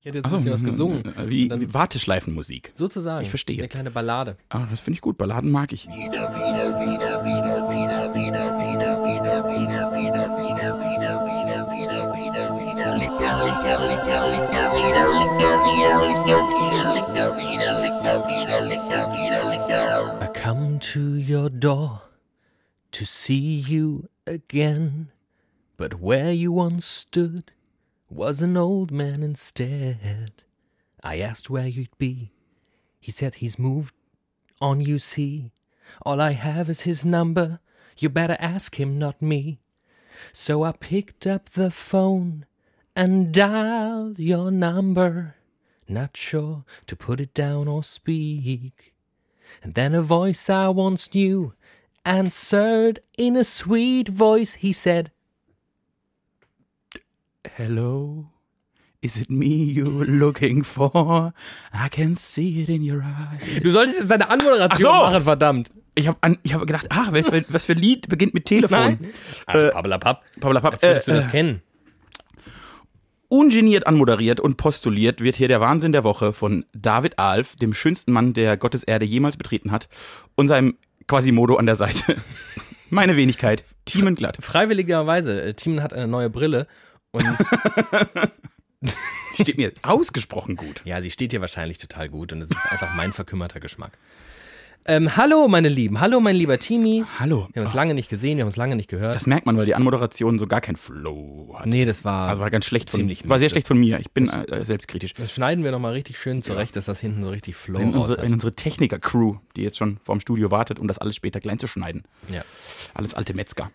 Ich hätte jetzt ein Achso, bisschen was gesungen. hm, äh, Wie, Und dann- wie Warteschleifenmusik. Sozusagen. Ich verstehe. Eine kleine Ballade. Ah, das finde ich gut. Balladen mag ich. I come to your door to see you again, but where you once stood was an old man instead. I asked where you'd be. He said he's moved on, you see. All I have is his number. You better ask him, not me. So I picked up the phone and dialed your number. Not sure to put it down or speak. And then a voice I once knew answered in a sweet voice. He said, Hello? Is it me you're looking for? I can see it in your eyes. Du solltest jetzt deine Anmoderation Ach so. machen, verdammt. Ich habe ich hab gedacht, ach, was für, was für Lied beginnt mit Telefon? Nein. Äh, Ach, Also, pappelapapp. Pablapap, Als würdest äh, du das kennen. Ungeniert anmoderiert und postuliert wird hier der Wahnsinn der Woche von David Alf, dem schönsten Mann, der Gottes Erde jemals betreten hat, und seinem Quasimodo an der Seite. Meine Wenigkeit, Teamenglatt. Freiwilligerweise. äh, Timon hat eine neue Brille. Und Die steht mir ausgesprochen gut. ja, sie steht dir wahrscheinlich total gut. Und es ist einfach mein verkümmerter Geschmack. Ähm, hallo, meine Lieben. Hallo, mein lieber Timi. Hallo. Wir haben uns lange nicht gesehen, wir haben uns lange nicht gehört. Das merkt man, weil die Anmoderation so gar kein Flow hat. nee, das war. Also war ganz schlecht von, Ziemlich war sehr miese. schlecht von mir. Ich bin äh, selbstkritisch. das Oh, schneiden wir nochmal richtig schön zurecht, dass das hinten so richtig flow Wenn raus unsere, wenn unsere Techniker-Crew, die jetzt schon vorm Studio wartet, um das alles später klein zu schneiden. hat. Ja. Alles alte Metzger. Ähm,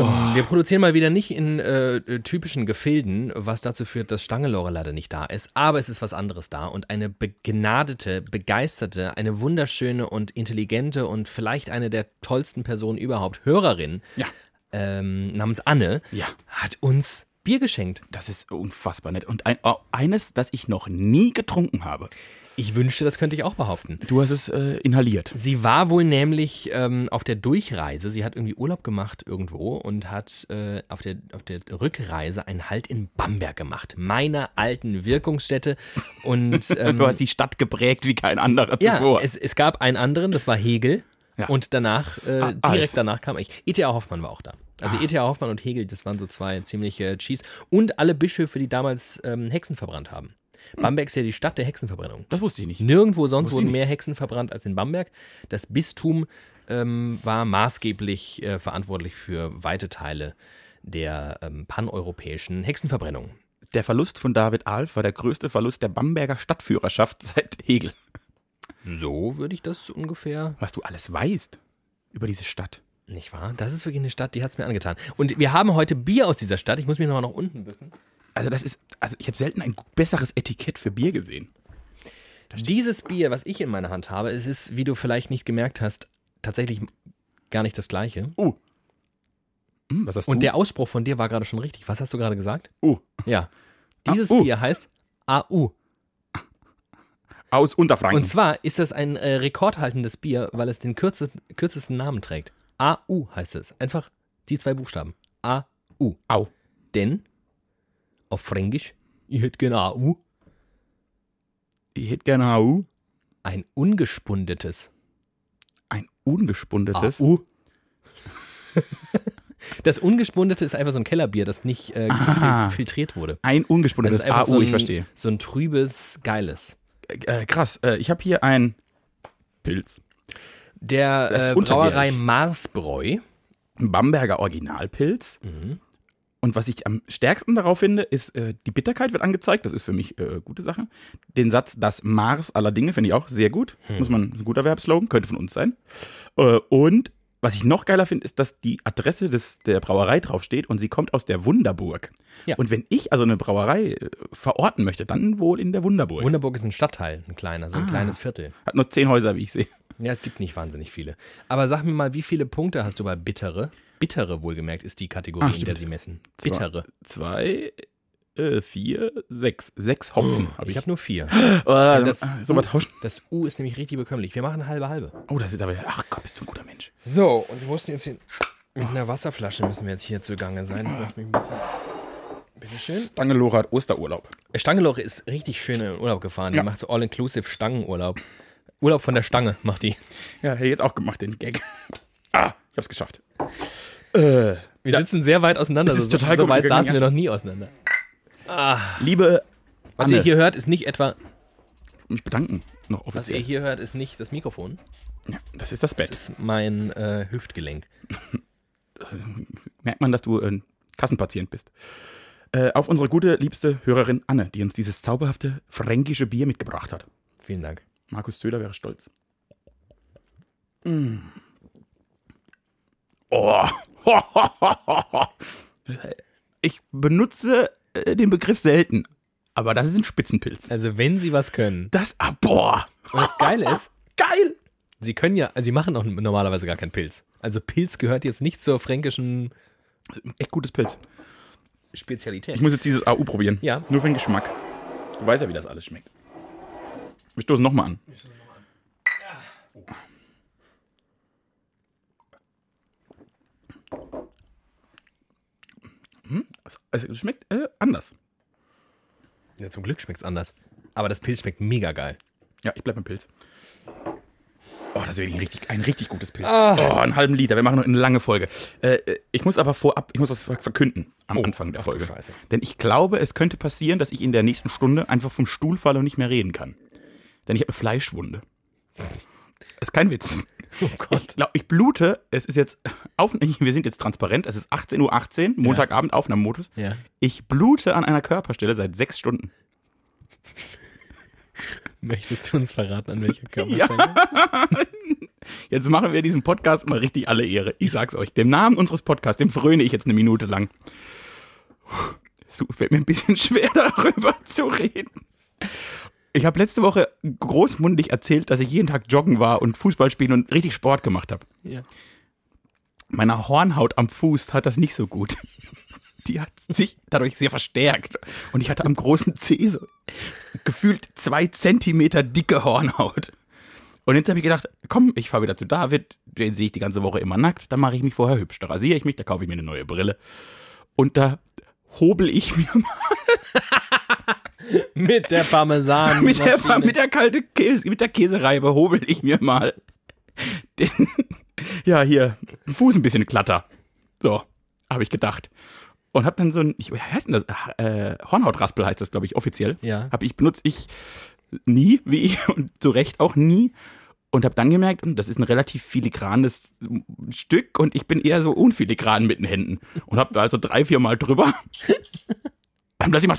Oh. Wir produzieren mal wieder nicht in äh, äh, typischen Gefilden, was dazu führt, dass Stangelore leider nicht da ist. Aber es ist was anderes da und eine begnadete, begeisterte, eine wunderschöne und intelligente und vielleicht eine der tollsten Personen überhaupt, Hörerin Ja. ähm, namens Anne, Ja. hat uns Bier geschenkt. Das ist unfassbar nett. Und ein, oh, eines, das ich noch nie getrunken habe. Ich wünschte, das könnte ich auch behaupten. Du hast es äh, inhaliert. Sie war wohl nämlich ähm, auf der Durchreise, sie hat irgendwie Urlaub gemacht irgendwo und hat äh, auf, der, auf der Rückreise einen Halt in Bamberg gemacht, meiner alten Wirkungsstätte. Und ähm, Du hast die Stadt geprägt wie kein anderer ja, zuvor. es, es gab einen anderen, das war Hegel. Ja. Und danach, äh, Ah, direkt Alf. Ah. danach kam ich. E.T.A. Hoffmann war auch da. Also E.T.A. Hoffmann und Hegel, das waren so zwei ziemliche äh, Cheese. Und alle Bischöfe, die damals ähm, Hexen verbrannt haben. Bamberg ist ja die Stadt der Hexenverbrennung. das wusste ich nicht. Nirgendwo sonst Wusste ich wurden nicht. mehr Hexen verbrannt als in Bamberg. Das Bistum ähm, war maßgeblich äh, verantwortlich für weite Teile der ähm, paneuropäischen Hexenverbrennung. Der Verlust von David Alf war der größte Verlust der Bamberger Stadtführerschaft seit Hegel. So würde ich das ungefähr. Was du alles weißt über diese Stadt. Nicht wahr? Das ist wirklich eine Stadt, die hat es mir angetan. Und wir haben heute Bier aus dieser Stadt. Ich muss mich nochmal nach unten bücken. Also das ist, also ich habe selten ein besseres Etikett für Bier gesehen. Dieses Bier, was ich in meiner Hand habe, es ist, wie du vielleicht nicht gemerkt hast, tatsächlich gar nicht das gleiche. Oh. Hm, was hast Und du? der Ausspruch von dir war gerade schon richtig. Was hast du gerade gesagt? Oh. Ja. Dieses AU. Bier heißt AU. Aus Unterfranken. Und zwar ist das ein äh, rekordhaltendes Bier, weil es den kürze, kürzesten Namen trägt. AU heißt es. Einfach die zwei Buchstaben. AU. Au. Denn auf Fränkisch, ich hätte gerne AU, Ich hätte gerne AU. ein ungespundetes Ein ungespundetes. AU. Das ungespundete ist einfach so ein Kellerbier, das nicht äh, Aha. gefil- filtriert wurde. Ein Das ungespundetes ist einfach AU, so ein, ich verstehe. So ein trübes, geiles. Äh, krass, äh, ich habe hier ein Pilz. Der Das ist äh, unterbärig. Brauerei Marsbräu. Ein Bamberger Originalpilz. Mhm. Und was ich am stärksten darauf finde, ist, äh, die Bitterkeit wird angezeigt. Das ist für mich äh, gute Sache. Den Satz, das Mars aller Dinge, finde ich auch sehr gut. Hm. Muss man, ein guter Werbeslogan, könnte von uns sein. Äh, und was ich noch geiler finde, ist, dass die Adresse des, der Brauerei draufsteht und sie kommt aus der Wunderburg. Ja. Und wenn ich also eine Brauerei äh, verorten möchte, dann wohl in der Wunderburg. Wunderburg ist ein Stadtteil, ein kleiner, so ein Ah. kleines Viertel. Hat nur zehn Häuser, wie ich sehe. Ja, es gibt nicht wahnsinnig viele. Aber sag mir mal, wie viele Punkte hast du bei Bittere? Bittere, wohlgemerkt, ist die Kategorie, Ah, in der stimmt. sie messen. Zwei. Bittere. Zwei, äh, vier, sechs. Sechs Hopfen Oh, habe Ich ich. habe nur vier. Äh, das- so mal tauschen. Das U ist nämlich richtig bekömmlich. Wir machen halbe halbe. Oh, das ist aber. Ach Gott, bist du ein guter Mensch. So, und wir mussten jetzt hier mit einer Wasserflasche müssen wir jetzt hier zugange sein. Das macht mich ein bisschen Bitteschön. Stangelorer hat Osterurlaub. Stangeloch ist richtig schön in den Urlaub gefahren. Die Ja. macht so All-Inclusive Stangenurlaub. Urlaub von der Stange macht die. Ja, hätte ich jetzt auch gemacht, den Gag. Ah, ich hab's geschafft. Wir sitzen sehr weit auseinander. Es ist so, total so gut weit gegangen, saßen wir noch nie auseinander. Liebe Was Anne, ihr hier hört, ist nicht etwa. mich bedanken noch Was ihr offiziell. hier hört, ist nicht das Mikrofon. Ja, das ist das Bett. Das ist mein äh, Hüftgelenk. merkt man, dass du ein Kassenpatient bist. Äh, auf unsere gute, liebste Hörerin Anne, die uns dieses zauberhafte fränkische Bier mitgebracht hat. Vielen Dank. Markus Söder wäre stolz. Mm. Oh. Ich benutze äh, den Begriff selten, aber das ist ein Spitzenpilz. Also, wenn Sie was können. Das, ah, boah, Und das Geile ist, geil. Sie können ja, also Sie machen auch normalerweise gar keinen Pilz. Also, Pilz gehört jetzt nicht zur fränkischen Echt gutes Pilz. Ich Spezialität. muss jetzt dieses AU probieren. Ja. Nur für den Geschmack. Du weißt ja, wie das alles schmeckt. Wir stoßen nochmal an. Hm, es- Also, es schmeckt äh, anders. Ja, zum Glück schmeckt es anders. Aber das Pilz schmeckt mega geil. Ja, ich bleib beim Pilz. Oh, das ist wirklich ein richtig, ein richtig gutes Pilz. Ah. Oh, einen halben Liter. Wir machen noch eine lange Folge. Äh, äh, ich muss aber vorab, ich muss das ver- verkünden am Anfang der Oh, ach du Folge. Scheiße. Denn ich glaube, es könnte passieren, dass ich in der nächsten Stunde einfach vom Stuhl falle und nicht mehr reden kann. Denn ich habe eine Fleischwunde. Ist kein Witz. Oh Gott. Ich, glaub, ich blute. Es ist jetzt auf, wir sind jetzt transparent. Es ist 18.18 Uhr, Montagabend, Aufnahmemodus. Ja. Ich blute an einer Körperstelle seit sechs Stunden. Möchtest du uns verraten, an welcher Ja. Körperstelle? Jetzt machen wir diesem Podcast mal richtig alle Ehre. Ich sag's euch. Dem Namen unseres Podcasts, dem fröne ich jetzt eine Minute lang. Puh, Es fällt mir ein bisschen schwer, darüber zu reden. Ich habe letzte Woche großmundig erzählt, dass ich jeden Tag joggen war und Fußball spielen und richtig Sport gemacht habe. Ja. Meiner Hornhaut am Fuß hat das nicht so gut. Die hat sich dadurch sehr verstärkt. Und ich hatte am großen Zeh so gefühlt zwei Zentimeter dicke Hornhaut. Und jetzt habe ich gedacht, komm, ich fahre wieder zu David, den sehe ich die ganze Woche immer nackt, da mache ich mich vorher hübsch, da rasiere ich mich, da kaufe ich mir eine neue Brille. Und da hobel ich mir mal Mit der Parmesan. mit der, mit der kalte Käse, mit der Käsereibe hobel ich mir mal den, ja hier, den Fuß ein bisschen glatter. So, habe ich gedacht. Und habe dann so ein, ich- wie heißt denn das? Äh, Hornhautraspel heißt das, glaube ich, offiziell. Ja. Habe ich, benutze ich nie, wie ich, und zu Recht auch nie. Und habe dann gemerkt, hm, das ist ein relativ filigranes Stück und ich bin eher so unfiligran mit den Händen. Und habe da also drei, vier Mal drüber. dann plötzlich mal.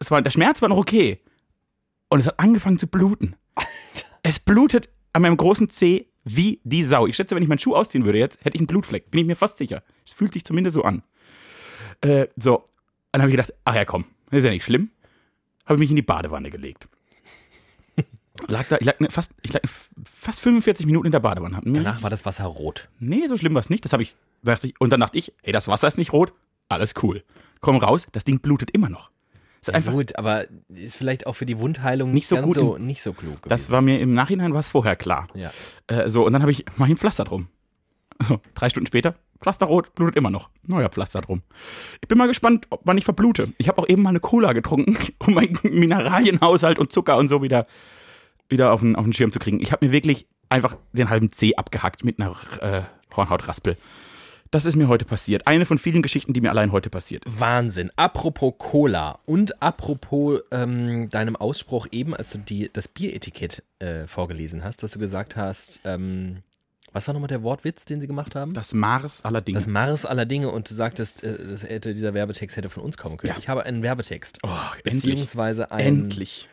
Es war, der Schmerz war noch okay. Und es hat angefangen zu bluten. Es blutet an meinem großen Zeh wie die Sau. Ich schätze, wenn ich meinen Schuh ausziehen würde jetzt, hätte ich einen Blutfleck. Bin ich mir fast sicher. Es fühlt sich zumindest so an. Äh, so. Und dann habe ich gedacht, ach ja, komm, das ist ja nicht schlimm. Habe mich in die Badewanne gelegt. Lag da, ich lag ne, fast, ich lag fast 45 Minuten in der Badewanne. Hab mir Danach war das Wasser rot. nee, so schlimm war es nicht. Das habe ich, dachte ich, und dann dachte ich, ey, das Wasser ist nicht rot, alles cool. Komm raus, das Ding blutet immer noch. Es ist Ja, einfach, gut, aber ist vielleicht auch für die Wundheilung Nicht so ganz gut so, nicht so klug. das war mir im Nachhinein was vorher klar. gewesen. ja. Äh, so, und dann habe ich, mach ich ein Pflaster drum. So, drei Stunden später, Pflaster rot, blutet immer noch. Neuer Pflaster drum. Ich bin mal gespannt, ob man nicht verblute. Ich habe auch eben mal eine Cola getrunken, um meinen Mineralienhaushalt und Zucker und so wieder, wieder auf, den, auf den Schirm zu kriegen. Ich habe mir wirklich einfach den halben Zeh abgehackt mit einer äh, Hornhautraspel. Das ist mir heute passiert. Eine von vielen Geschichten, die mir allein heute passiert ist. Wahnsinn. Apropos Cola und apropos ähm, deinem Ausspruch eben, als du die, das Bieretikett äh, vorgelesen hast, dass du gesagt hast, ähm, was war nochmal der Wortwitz, den sie gemacht haben? Das Mars allerdings. Das Mars aller Dinge und du sagtest, äh, das hätte, dieser Werbetext hätte von uns kommen können. Ja. Ich habe einen Werbetext. oh, endlich. beziehungsweise ein. Endlich.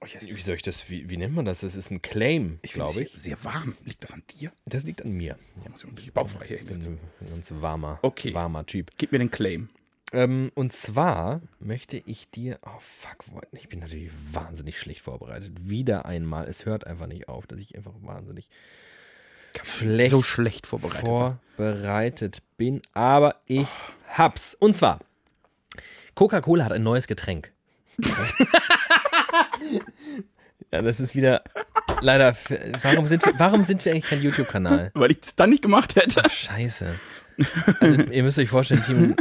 Oh, ich Wie soll ich das, wie, wie nennt man das? Das ist ein Claim, glaube ich. Sehr warm. Liegt das an dir? Das liegt an mir. Da muss ich ein bisschen bauchfrei hier Ich bin so ein ganz warmer, Okay. warmer Typ. Gib mir den Claim. Ähm, und zwar möchte ich dir. Oh fuck, wo- ich bin natürlich wahnsinnig schlecht vorbereitet. Wieder einmal. Es hört einfach nicht auf, dass ich einfach wahnsinnig schlecht so schlecht vorbereitet. sein. vorbereitet bin. Aber ich hab's. Und zwar: Coca-Cola hat ein neues Getränk. ja, das ist wieder. Leider. Warum sind wir, warum sind wir eigentlich kein YouTube-Kanal? Weil ich das dann nicht gemacht hätte. Scheiße. Also, ihr müsst euch vorstellen, Timon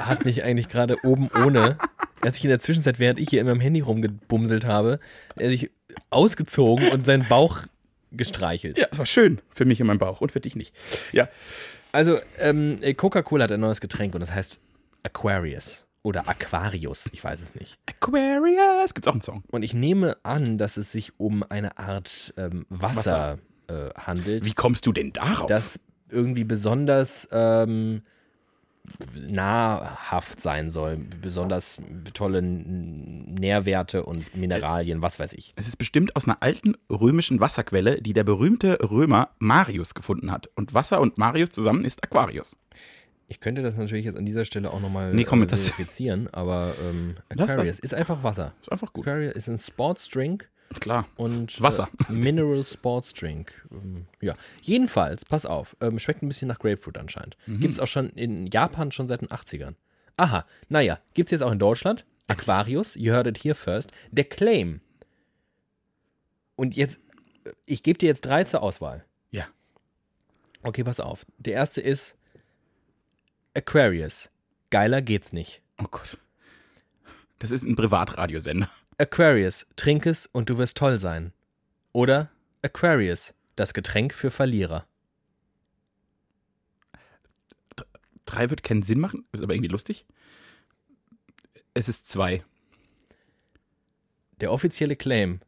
hat mich eigentlich gerade oben ohne, er hat sich in der Zwischenzeit, während ich hier in meinem Handy rumgebumselt habe, er hat sich ausgezogen und seinen Bauch gestreichelt. Ja, es war schön für mich in meinem Bauch und für dich nicht. Ja, Also, ähm, Coca-Cola hat ein neues Getränk und das heißt Aquarius oder Aquarius, ich weiß es nicht. Aquarius gibt's auch einen Song. Und ich nehme an, dass es sich um eine Art ähm, Wasser, Äh, handelt. Wie kommst du denn darauf? das irgendwie besonders ähm, nahrhaft sein soll, besonders tolle N- Nährwerte und Mineralien, was weiß ich. es ist bestimmt aus einer alten römischen Wasserquelle, die der berühmte Römer Marius gefunden hat. Und Wasser und Marius zusammen ist Aquarius. Ich könnte das natürlich jetzt an dieser Stelle auch nochmal Nee, komm, das- verifizieren, aber ähm, Lass das. Aquarius ist einfach Wasser. Ist einfach gut. Aquarius ist ein Sportsdrink Klar. und Wasser. Äh, Mineral Sportsdrink. Ähm, ja, jedenfalls, pass auf, ähm, schmeckt ein bisschen nach Grapefruit anscheinend. Gibt's auch schon in Japan schon seit den 80ern. Aha, naja, gibt's jetzt auch in Deutschland. Aquarius, you heard it here first. Der Claim. Und jetzt, äh, ich gebe dir jetzt drei zur Auswahl. Ja. Okay, pass auf. Der erste ist Aquarius. Geiler geht's nicht. Oh Gott. Das ist ein Privatradiosender. Aquarius, trink es und du wirst toll sein. Oder Aquarius, das Getränk für Verlierer. Drei wird keinen Sinn machen, ist aber irgendwie lustig. Es ist zwei. Der offizielle Claim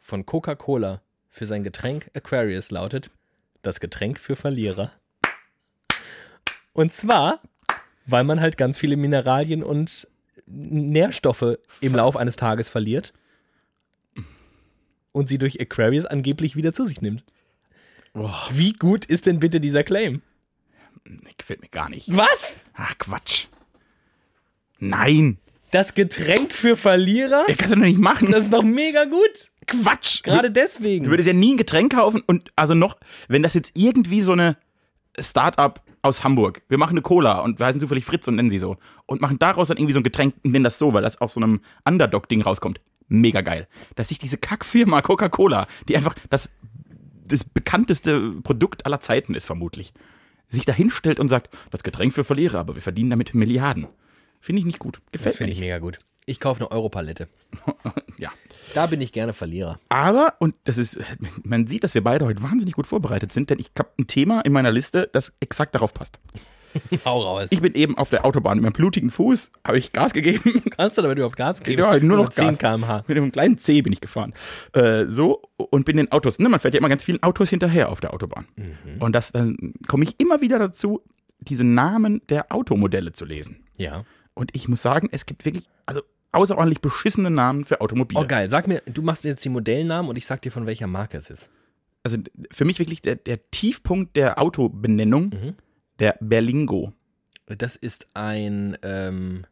von Coca-Cola für sein Getränk Aquarius lautet: Das Getränk für Verlierer. Und zwar, weil man halt ganz viele Mineralien und Nährstoffe im Lauf eines Tages verliert und sie durch Aquarius angeblich wieder zu sich nimmt. Boah, Wie gut ist denn bitte dieser Claim? nee, gefällt mir gar nicht. Was? Ach, Quatsch. Nein. Das Getränk für Verlierer? Er kann es doch nicht machen. ne? Das ist doch mega gut. Quatsch. Gerade Du deswegen. würdest ja nie ein Getränk kaufen und also noch, wenn das jetzt irgendwie so eine Start-up aus Hamburg, wir machen eine Cola und wir heißen zufällig Fritz und nennen sie so und machen daraus dann irgendwie so ein Getränk und nennen das so, weil das aus so einem Underdog-Ding rauskommt. Mega geil. Dass sich diese Kackfirma Coca-Cola, die einfach das, das bekannteste Produkt aller Zeiten ist vermutlich, sich dahinstellt und sagt, das Getränk für Verlierer, aber wir verdienen damit Milliarden. Finde ich nicht gut. Das Gefällt mir finde ich nicht. mega gut. Ich kaufe eine Europalette. Ja. Da bin ich gerne Verlierer. Aber, und das ist, man sieht, dass wir beide heute wahnsinnig gut vorbereitet sind, denn ich habe ein Thema in meiner Liste, das exakt darauf passt. Hau raus. Ich bin eben auf der Autobahn mit meinem blutigen Fuß, habe ich Gas gegeben. Kannst du damit überhaupt Gas geben? Ja, nur noch 10 Gas. km/h. Mit einem kleinen C bin ich gefahren. Äh, so, und bin den Autos, ne, man fährt ja immer ganz vielen Autos hinterher auf der Autobahn. Und das, dann komme ich immer wieder dazu, diese Namen der Automodelle zu lesen. Ja. Und ich muss sagen, es gibt wirklich, also außerordentlich beschissene Namen für Automobile. Oh, geil. Sag mir, du machst mir jetzt die Modellnamen und ich sag dir, von welcher Marke es ist. also für mich wirklich der, der Tiefpunkt der Autobenennung, der Berlingo. Das ist ein, ähm,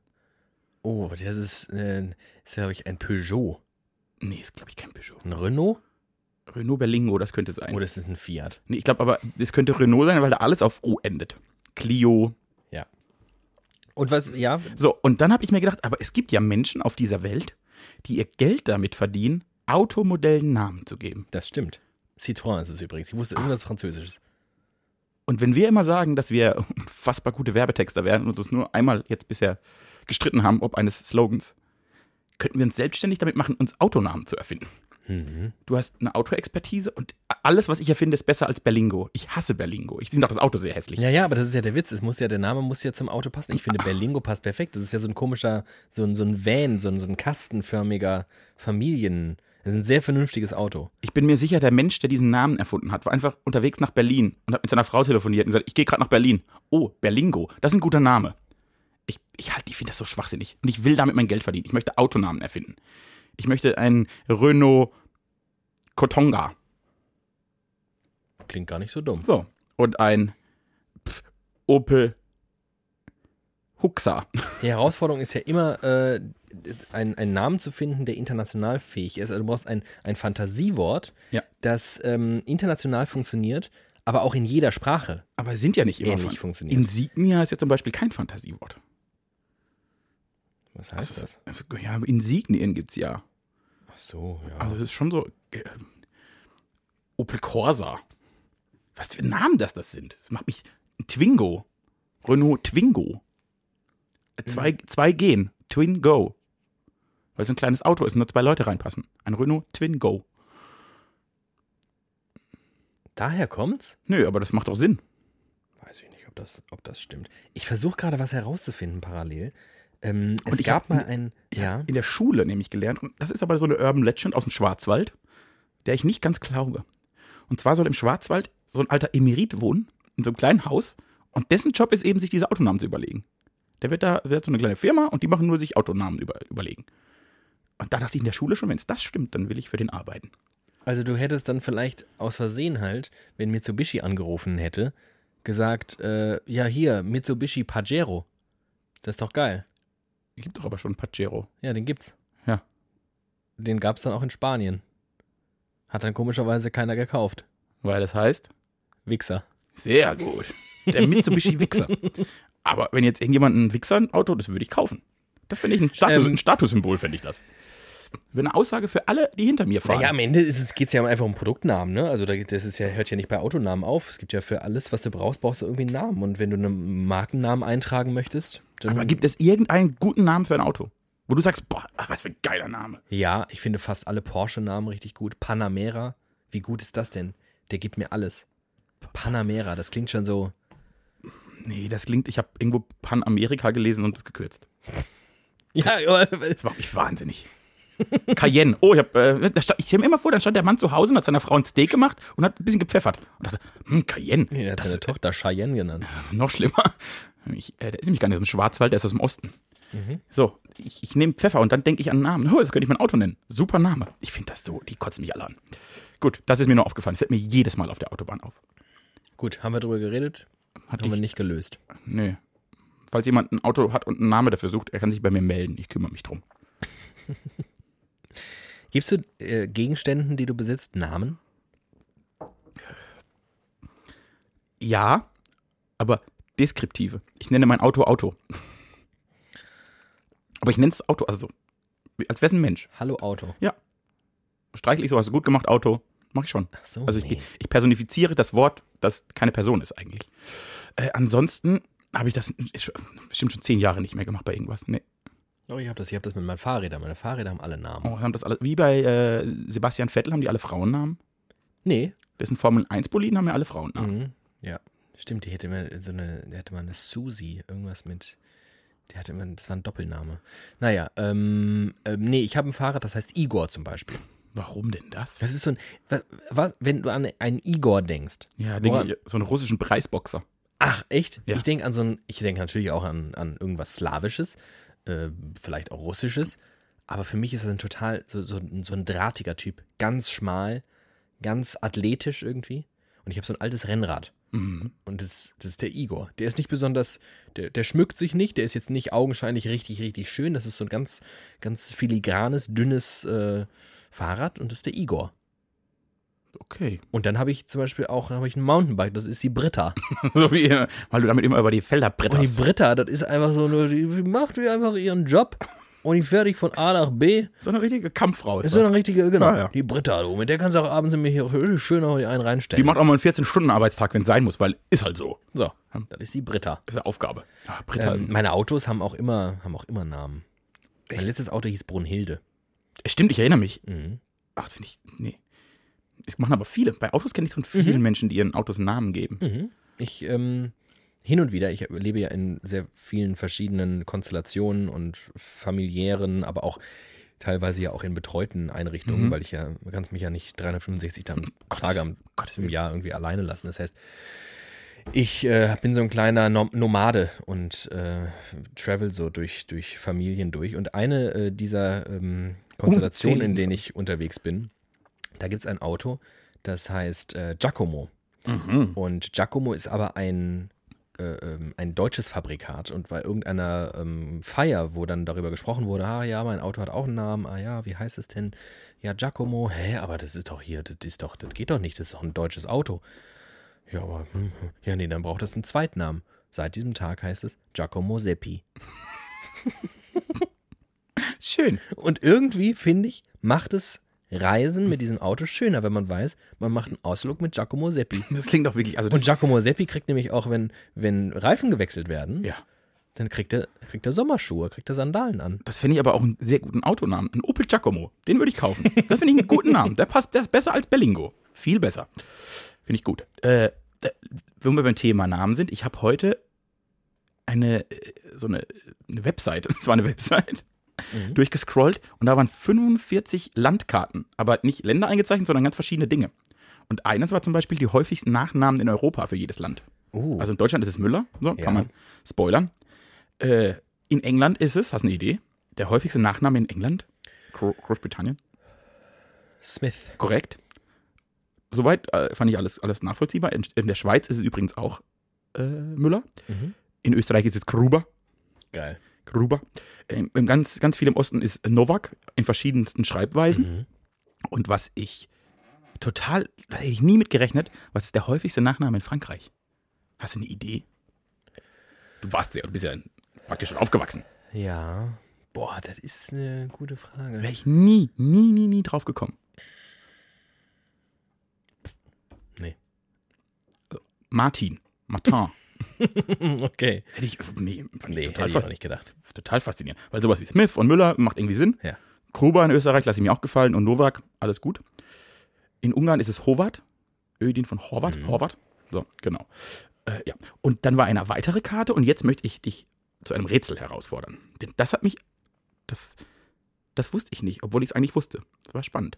oh, das ist, äh, ist glaube ich, ein Peugeot. Nee, ist glaube ich kein Peugeot. Ein Renault? Renault Berlingo, das könnte sein. Oder ist es ein Fiat? nee, ich glaube aber, es könnte Renault sein, weil da alles auf O endet. Clio. Ja. Und was, ja, So, und dann habe ich mir gedacht, aber es gibt ja Menschen auf dieser Welt, die ihr Geld damit verdienen, Automodellen Namen zu geben. das stimmt. Citroën ist es übrigens. Ich wusste irgendwas Französisches. Und wenn wir immer sagen, dass wir unfassbar gute Werbetexter werden und uns nur einmal jetzt bisher gestritten haben, ob eines Slogans, könnten wir uns selbstständig damit machen, uns Autonamen zu erfinden. Mhm. Du hast eine Autoexpertise und alles, was ich erfinde, ist besser als Berlingo. Ich hasse Berlingo. Ich finde auch das Auto sehr hässlich. Ja, ja, aber das ist ja der Witz. Es muss ja, der Name muss ja zum Auto passen. Ich finde, Berlingo passt perfekt. Das ist ja so ein komischer, so ein, so ein Van, so ein, so ein kastenförmiger Familien. Das ist ein sehr vernünftiges Auto. Ich bin mir sicher, der Mensch, der diesen Namen erfunden hat, war einfach unterwegs nach Berlin und hat mit seiner Frau telefoniert und gesagt, ich gehe gerade nach Berlin. Oh, Berlingo, das ist ein guter Name. Ich, ich halt, ich finde das so schwachsinnig. Und ich will damit mein Geld verdienen. Ich möchte Autonamen erfinden. Ich möchte einen Renault Kotonga. Klingt gar nicht so dumm. So. Und ein pf, Opel Huxa. Die Herausforderung ist ja immer, äh, einen, einen Namen zu finden, der international fähig ist. Also du brauchst ein, ein Fantasiewort, Ja. das ähm, international funktioniert, aber auch in jeder Sprache. Aber sind ja nicht immer Ähnlich von- funktioniert. Insignia ist ja zum Beispiel kein Fantasiewort. Was heißt das? Also, ja, Insignien gibt's ja. Ach so, ja. Also es ist schon so äh, Opel Corsa. Was für Namen das das sind. Das macht mich ein Twingo. Renault Twingo. Äh, Zwei, zwei gehen. Twingo. Weil es ein kleines Auto ist, und nur zwei Leute reinpassen. Ein Renault Twingo. Daher kommt's? Nö, aber das macht doch Sinn. Weiß ich nicht, ob das, ob das stimmt. Ich versuche gerade was herauszufinden parallel. Ähm, es ich gab hab- mal ein. Ja. In der Schule nämlich gelernt. Und das ist aber so eine Urban Legend aus dem Schwarzwald, der ich nicht ganz glaube. Und zwar soll im Schwarzwald so ein alter Emerit wohnen, in so einem kleinen Haus. Und dessen Job ist eben, sich diese Autonamen zu überlegen. Der wird da, der hat so eine kleine Firma und die machen nur sich Autonamen über, überlegen. Und da dachte ich in der Schule schon, wenn es das stimmt, dann will ich für den arbeiten. Also du hättest dann vielleicht aus Versehen halt, wenn Mitsubishi angerufen hätte, gesagt, äh, ja hier, Mitsubishi Pajero. Das ist doch geil. Gibt doch aber schon Pajero. Ja, den gibt's. Ja. Den gab's dann auch in Spanien. Hat dann komischerweise keiner gekauft. Weil das heißt, Wichser. sehr gut. Der Mitsubishi Wichser. Aber wenn jetzt irgendjemand ein Wichser ein Auto, das würde ich kaufen. Das finde ich ein, Status, Ähm. ein Statussymbol, fände ich das. Wäre eine Aussage für alle, die hinter mir fahren. Naja, am Ende ist es, geht's ja einfach um Produktnamen, ne? Also da geht- das ist ja, hört ja nicht bei Autonamen auf. Es gibt ja für alles, was du brauchst, brauchst du irgendwie einen Namen. Und wenn du einen Markennamen eintragen möchtest, dann. Aber gibt es irgendeinen guten Namen für ein Auto? Wo du sagst, boah, ach, was für ein geiler Name. ja, ich finde fast alle Porsche-Namen richtig gut. Panamera, wie gut ist das denn? Der gibt mir alles. Panamera, das klingt schon so. Nee, das klingt, ich habe irgendwo Panamerika gelesen und das gekürzt. Ja, aber- Das macht mich wahnsinnig. Cayenne. Oh, ich habe äh, da stand- ich stell mir immer vor, dann stand der Mann zu Hause und hat seiner Frau ein Steak gemacht und hat ein bisschen gepfeffert. Und dachte, hm, Cayenne. Nee, der hat das seine ist Tochter Cheyenne genannt. Also noch schlimmer. Ich, äh, der ist nämlich gar nicht aus dem Schwarzwald, der ist aus dem Osten. So, ich, ich nehme Pfeffer und dann denke ich an einen Namen. Oh, das könnte ich mein Auto nennen. Super Name. Ich finde das so, die kotzen mich alle an. Gut, das ist mir nur aufgefallen. Das fällt mir jedes Mal auf der Autobahn auf. Gut, haben wir drüber geredet? Hat Haben wir ich, nicht gelöst. nee. Falls jemand ein Auto hat und einen Namen dafür sucht, er kann sich bei mir melden. Ich kümmere mich drum. Gibst du äh, Gegenständen, die du besitzt, Namen? Ja, aber deskriptive. Ich nenne mein Auto Auto. aber ich nenne es Auto, also so, wie- als wäre es ein Mensch. Hallo Auto. Streichle ich so, hast du gut gemacht, Auto. Mach ich schon. Ach so, Also ich, Oh, nee. ich personifiziere das Wort, das keine Person ist eigentlich. Äh, ansonsten habe ich das ich, bestimmt schon zehn Jahre nicht mehr gemacht bei irgendwas. Nee. Doch, ich habe das, ich hab das mit meinen Fahrrädern. Meine Fahrräder haben alle Namen. Oh, haben das alle, wie bei äh, Sebastian Vettel haben die alle Frauennamen. Nee. Dessen Formel 1-Boliden haben ja alle Frauennamen. Mhm. Ja. Stimmt, die hätte immer so eine, der hatte mal eine Susi, irgendwas mit. Der hatte immer, das war ein Doppelname. Naja, ähm, ähm nee, ich habe ein Fahrrad, das heißt Igor zum Beispiel. Warum denn das? Das ist so ein, wa- wa- wenn du an einen Igor denkst. Ja, denke Woran? ich, so einen russischen Preisboxer. Ach, echt? Ja. Ich denke an so ein, ich denke natürlich auch an, an irgendwas Slawisches, äh, vielleicht auch Russisches, aber für mich ist das ein total, so, so, ein- so ein drahtiger Typ. Ganz schmal, ganz athletisch irgendwie. Und ich habe so ein altes Rennrad. Mhm. Und das, das ist der Igor. Der ist nicht besonders, der, der schmückt sich nicht, der ist jetzt nicht augenscheinlich richtig, richtig schön. Das ist so ein ganz, ganz filigranes, dünnes äh, Fahrrad und das ist der Igor. Okay. Und dann habe ich zum Beispiel auch, habe ich ein Mountainbike, das ist die Britta. so wie, äh, weil du damit immer über die Felder Und die bretterst. Britta, das ist einfach so, nur, die macht wie einfach ihren Job und die fertig von A nach B. So eine richtige Kampffrau Das ist ist so das. eine richtige, genau, Ja, ja. die Britta, du, mit der kannst du auch abends nämlich hier richtig schön noch einen reinstellen. Die macht auch mal einen 14-Stunden-Arbeitstag, wenn es sein muss, weil ist halt so. so, das ist die Britta. Ist eine Aufgabe. Ah, Britta Ähm, ist- meine Autos haben auch immer, haben auch immer Namen. Mein letztes Auto hieß Brunhilde. Stimmt, ich erinnere mich. Mhm. Ach, finde ich. Nee. Das machen aber viele. Bei Autos kenne ich von vielen Menschen, die ihren Autos Namen geben. Mhm. Ich, ähm, hin und wieder, ich lebe ja in sehr vielen verschiedenen Konstellationen und familiären, aber auch teilweise ja auch in betreuten Einrichtungen, Mhm. Um weil ich ja, man kann es mich ja nicht 365 dann, Tage am, Gottes im Willen. Jahr irgendwie alleine lassen. Das heißt, ich äh, bin so ein kleiner Nom Nomade und äh, travel so durch, durch Familien durch. Und eine äh, dieser ähm, Konstellationen, in Unzähligen. denen ich unterwegs bin, da gibt es ein Auto, das heißt äh, Giacomo. Mhm. Und Giacomo ist aber ein, äh, ähm, ein deutsches Fabrikat. Und bei irgendeiner ähm, Feier, wo dann darüber gesprochen wurde, ah ja, mein Auto hat auch einen Namen, ah ja, wie heißt es denn? Ja, Giacomo, hä, aber das ist doch hier, das ist doch, das geht doch nicht, das ist doch ein deutsches Auto. Ja, aber, hm, hm. ja, nee, dann braucht es einen Zweitnamen. Seit diesem Tag heißt es Giacomo Seppi. Schön. Und irgendwie, finde ich, macht es Reisen mit diesem Auto schöner, wenn man weiß, man macht einen Ausflug mit Giacomo Seppi. Das klingt doch wirklich. Also das, Und Giacomo Seppi kriegt nämlich auch, wenn, wenn Reifen gewechselt werden, ja. dann kriegt er, kriegt er Sommerschuhe, kriegt er Sandalen an. Das finde ich aber auch einen sehr guten Autonamen. Ein Opel Giacomo. Den würde ich kaufen. Das finde ich einen guten Namen. Der passt der ist besser als Bellingo. Viel besser. Finde ich gut. Äh, da- wenn wir beim Thema Namen sind, ich habe heute eine äh, so eine, eine Website, es war eine Website, durchgescrollt und da waren 45 Landkarten, aber nicht Länder eingezeichnet, sondern ganz verschiedene Dinge. Und eines war zum Beispiel die häufigsten Nachnamen in Europa für jedes Land. Uh. Also in Deutschland ist es Müller, Ja. so kann man spoilern. Äh, in England ist es, hast du eine Idee? Der häufigste Nachname in England? Gro Großbritannien? Smith. Korrekt. Soweit äh, fand ich alles, alles nachvollziehbar. In, in der Schweiz ist es übrigens auch äh, Müller. Mhm. In Österreich ist es Gruber. Geil. Gruber. Ähm, im ganz, ganz viel im Osten ist Novak in verschiedensten Schreibweisen. Mhm. Und was ich total, da hätte ich nie mit gerechnet, was ist der häufigste Nachname in Frankreich? Hast du eine Idee? Du warst ja, du bist ja praktisch schon aufgewachsen. Ja. Boah, das ist eine gute Frage. Wäre ich nie, nie, nie, nie drauf gekommen. Nee. Also, Martin. Martin. Okay. hätte ich, nee, fand Nee, ich hätte total, ich auch fas nicht gedacht. total faszinierend. Weil sowas wie Smith und Müller macht irgendwie Sinn. Ja. Gruber in Österreich lasse ich mir auch gefallen und Novak, alles gut. In Ungarn ist es Howard, Ödin von Horvath, Mhm. Horvath. So, genau. Äh, ja. Und dann war eine weitere Karte und jetzt möchte ich dich zu einem Rätsel herausfordern. Denn das hat mich, das, das wusste ich nicht, obwohl ich es eigentlich wusste. Das war spannend.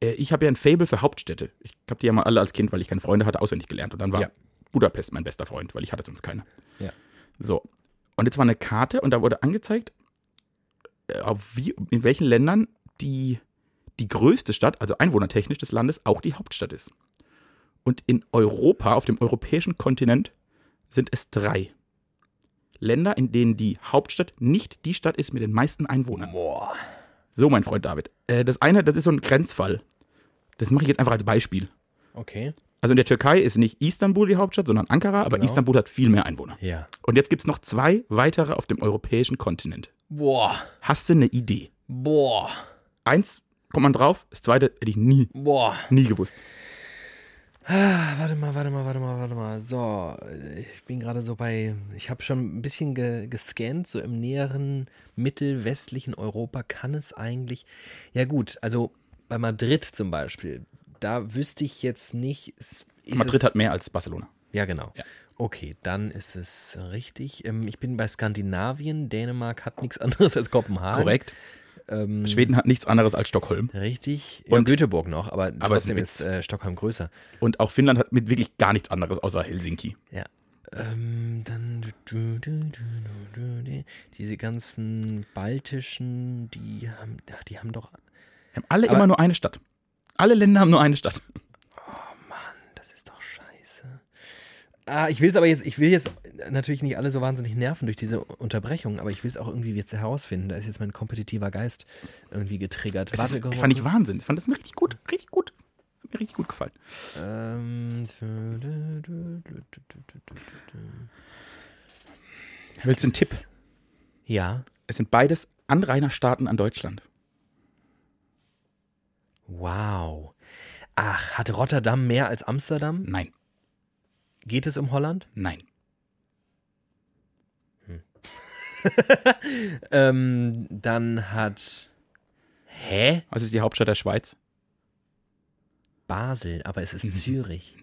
Äh, ich habe ja ein Fable für Hauptstädte. Ich habe die ja mal alle als Kind, weil ich keine Freunde hatte, auswendig gelernt. Und dann war Ja. Budapest mein bester Freund, weil ich hatte sonst keine. Ja. So. Und jetzt war eine Karte und da wurde angezeigt, äh, auf wie, in welchen Ländern die, die größte Stadt, also einwohnertechnisch des Landes, auch die Hauptstadt ist. Und in Europa, auf dem europäischen Kontinent, sind es drei Länder, in denen die Hauptstadt nicht die Stadt ist mit den meisten Einwohnern. Boah. So, mein Freund David. Äh, das eine, das ist so ein Grenzfall. Das mache ich jetzt einfach als Beispiel. Okay. Also in der Türkei ist nicht Istanbul die Hauptstadt, sondern Ankara, aber Genau. Istanbul hat viel mehr Einwohner. Ja. Und jetzt gibt es noch zwei weitere auf dem europäischen Kontinent. Boah. Hast du eine Idee? Boah. Eins kommt man drauf, das zweite hätte ich nie, Boah. nie gewusst. Ah, warte mal, warte mal, warte mal, warte mal. So, ich bin gerade so bei. Ich habe schon ein bisschen ge, gescannt. So im näheren mittelwestlichen Europa kann es eigentlich. Ja, gut. Also bei Madrid zum Beispiel. Da wüsste ich jetzt nicht. Ist, ist Madrid es, hat mehr als Barcelona. Ja, genau. Ja. Okay, dann ist es richtig. Ähm, ich bin bei Skandinavien. Dänemark hat nichts anderes als Kopenhagen. Korrekt. Ähm, Schweden hat nichts anderes als Stockholm. Richtig. Und- Und Göteborg noch, aber, Aber es trotzdem ist- ist äh, Stockholm größer. Und auch Finnland hat mit wirklich gar nichts anderes außer Helsinki. Ja. Ähm, dann du, du, du, du, du, du, diese ganzen baltischen, die haben, ach, die haben doch, Wir haben alle Aber- immer nur eine Stadt. Alle Länder haben nur eine Stadt. das ist doch scheiße. Ah, ich will es aber jetzt, ich will jetzt natürlich nicht alle so wahnsinnig nerven durch diese Unterbrechung, aber ich will es auch irgendwie jetzt herausfinden. Da ist jetzt mein kompetitiver Geist irgendwie getriggert. Es ist, komm, fand ich kurz. Wahnsinn. Ich fand das richtig gut, richtig gut. Hat mir richtig gut gefallen. Ähm, du, du, du, du, du, du, du, du. Willst du einen Tipp? Ja. Es sind beides Anrainerstaaten an Deutschland. Wow. Ach, hat Rotterdam mehr als Amsterdam? Nein, Geht es um Holland? nein. Ähm, dann hat. Hä? Was ist die Hauptstadt der Schweiz? Basel, aber es Mhm. ist Zürich.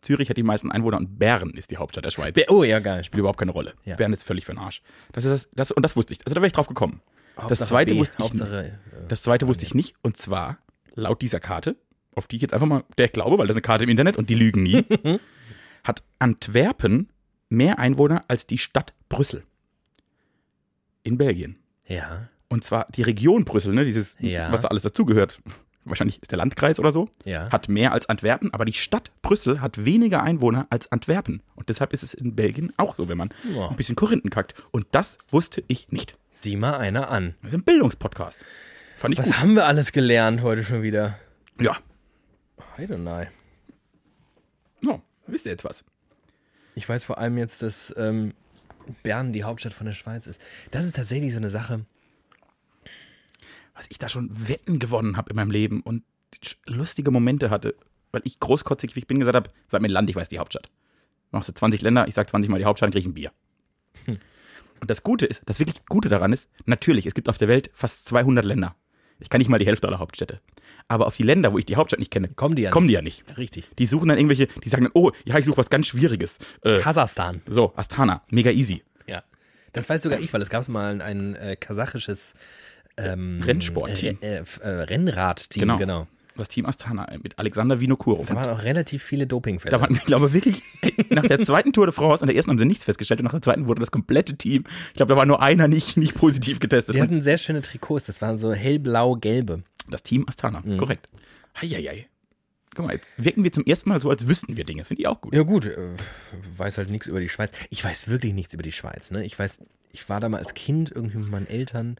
Zürich hat die meisten Einwohner und Bern ist die Hauptstadt der Schweiz. Be- Oh, ja, geil. Spielt überhaupt keine Rolle. Ja. Bern ist völlig für den Arsch. Das ist das, das, und das wusste ich. Also da wäre ich drauf gekommen. Hauptsache zweite B, wusste ich Hauptsache, äh, Das zweite wusste ich nicht. Und zwar laut dieser Karte, auf die ich jetzt einfach mal der ich glaube, weil das ist eine Karte im Internet und die lügen nie, hat Antwerpen mehr Einwohner als die Stadt Brüssel. In Belgien. äh, Ja, Und zwar die Region Brüssel, ne, dieses, Ja. was da alles dazugehört. Wahrscheinlich ist der Landkreis oder so. ja. Hat mehr als Antwerpen, aber die Stadt Brüssel hat weniger Einwohner als Antwerpen. Und deshalb ist es in Belgien auch so, wenn man Ja. ein bisschen Korinthen kackt. Und das wusste ich nicht. Sieh mal einer an. Das ist ein Bildungspodcast. Fand ich Was gut. haben wir alles gelernt heute schon wieder? Ja. I don't know. ja. Oh, Wisst ihr jetzt was? Ich weiß vor allem jetzt, dass ähm, Bern die Hauptstadt von der Schweiz ist. Das ist tatsächlich so eine Sache. was ich da schon Wetten gewonnen habe in meinem Leben und sch- lustige Momente hatte, weil ich großkotzig, wie ich bin, gesagt habe, sag mir ein Land, ich weiß die Hauptstadt. Machst du 20 Länder, ich sag 20 mal die Hauptstadt, dann krieg ich ein Bier. Hm. Und das Gute ist, das wirklich Gute daran ist, natürlich, es gibt auf der Welt fast 200 Länder. Ich kann nicht mal die Hälfte aller Hauptstädte. Aber auf die Länder, wo ich die Hauptstadt nicht kenne, Kommen die ja kommen die ja nicht. Richtig. Die suchen dann irgendwelche, die sagen dann, oh, ja, ich suche was ganz Schwieriges. Äh, Kasachstan. so, Astana, mega easy. Ja. Das weiß sogar ich, weil es gab mal ein äh, kasachisches ähm, Rennsportteam. Äh, äh, Rennradteam, Genau. genau. Das Team Astana äh, mit Alexander Vinokurov. Da waren auch relativ viele Dopingfälle. Da waren, ich glaube wirklich, nach der zweiten Tour de France, an der ersten haben sie nichts festgestellt und nach der zweiten wurde das komplette Team, ich glaube, da war nur einer nicht, nicht positiv getestet. die hatten sehr schöne Trikots, das waren so hellblau-gelbe. das Team Astana, Mhm. korrekt. Heieiei. Guck mal, jetzt wirken wir zum ersten Mal so, als wüssten wir Dinge. Das finde ich auch gut. Ja gut, äh, weiß halt nichts über die Schweiz. Ich weiß wirklich nichts über die Schweiz. Ne? Ich weiß, ich war da mal als Kind irgendwie mit meinen Eltern.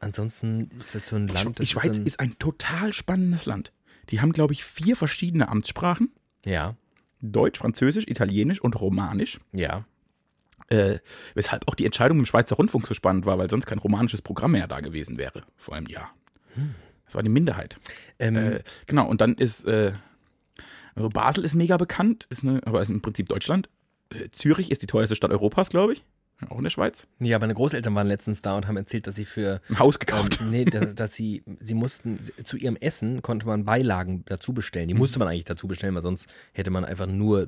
Ansonsten ist das so ein Land. die das Schweiz so ein, ist ein total spannendes Land. Die haben, glaube ich, vier verschiedene Amtssprachen. ja, Deutsch, Französisch, Italienisch und Romanisch. ja. Äh, weshalb auch die Entscheidung im Schweizer Rundfunk so spannend war, weil sonst kein romanisches Programm mehr da gewesen wäre, vor einem Jahr. Hm. Das war die Minderheit. Ähm, Äh, genau, und dann ist äh, also Basel ist mega bekannt, ist eine, aber ist im Prinzip Deutschland. Äh, Zürich ist die teuerste Stadt Europas, glaube ich. Auch in der Schweiz. ja, meine Großeltern waren letztens da und haben erzählt, dass sie für Ein Haus ähm, gekauft. nee, dass, dass sie sie mussten sie- zu ihrem Essen konnte man Beilagen dazu bestellen. Die musste man eigentlich dazu bestellen, weil sonst hätte man einfach nur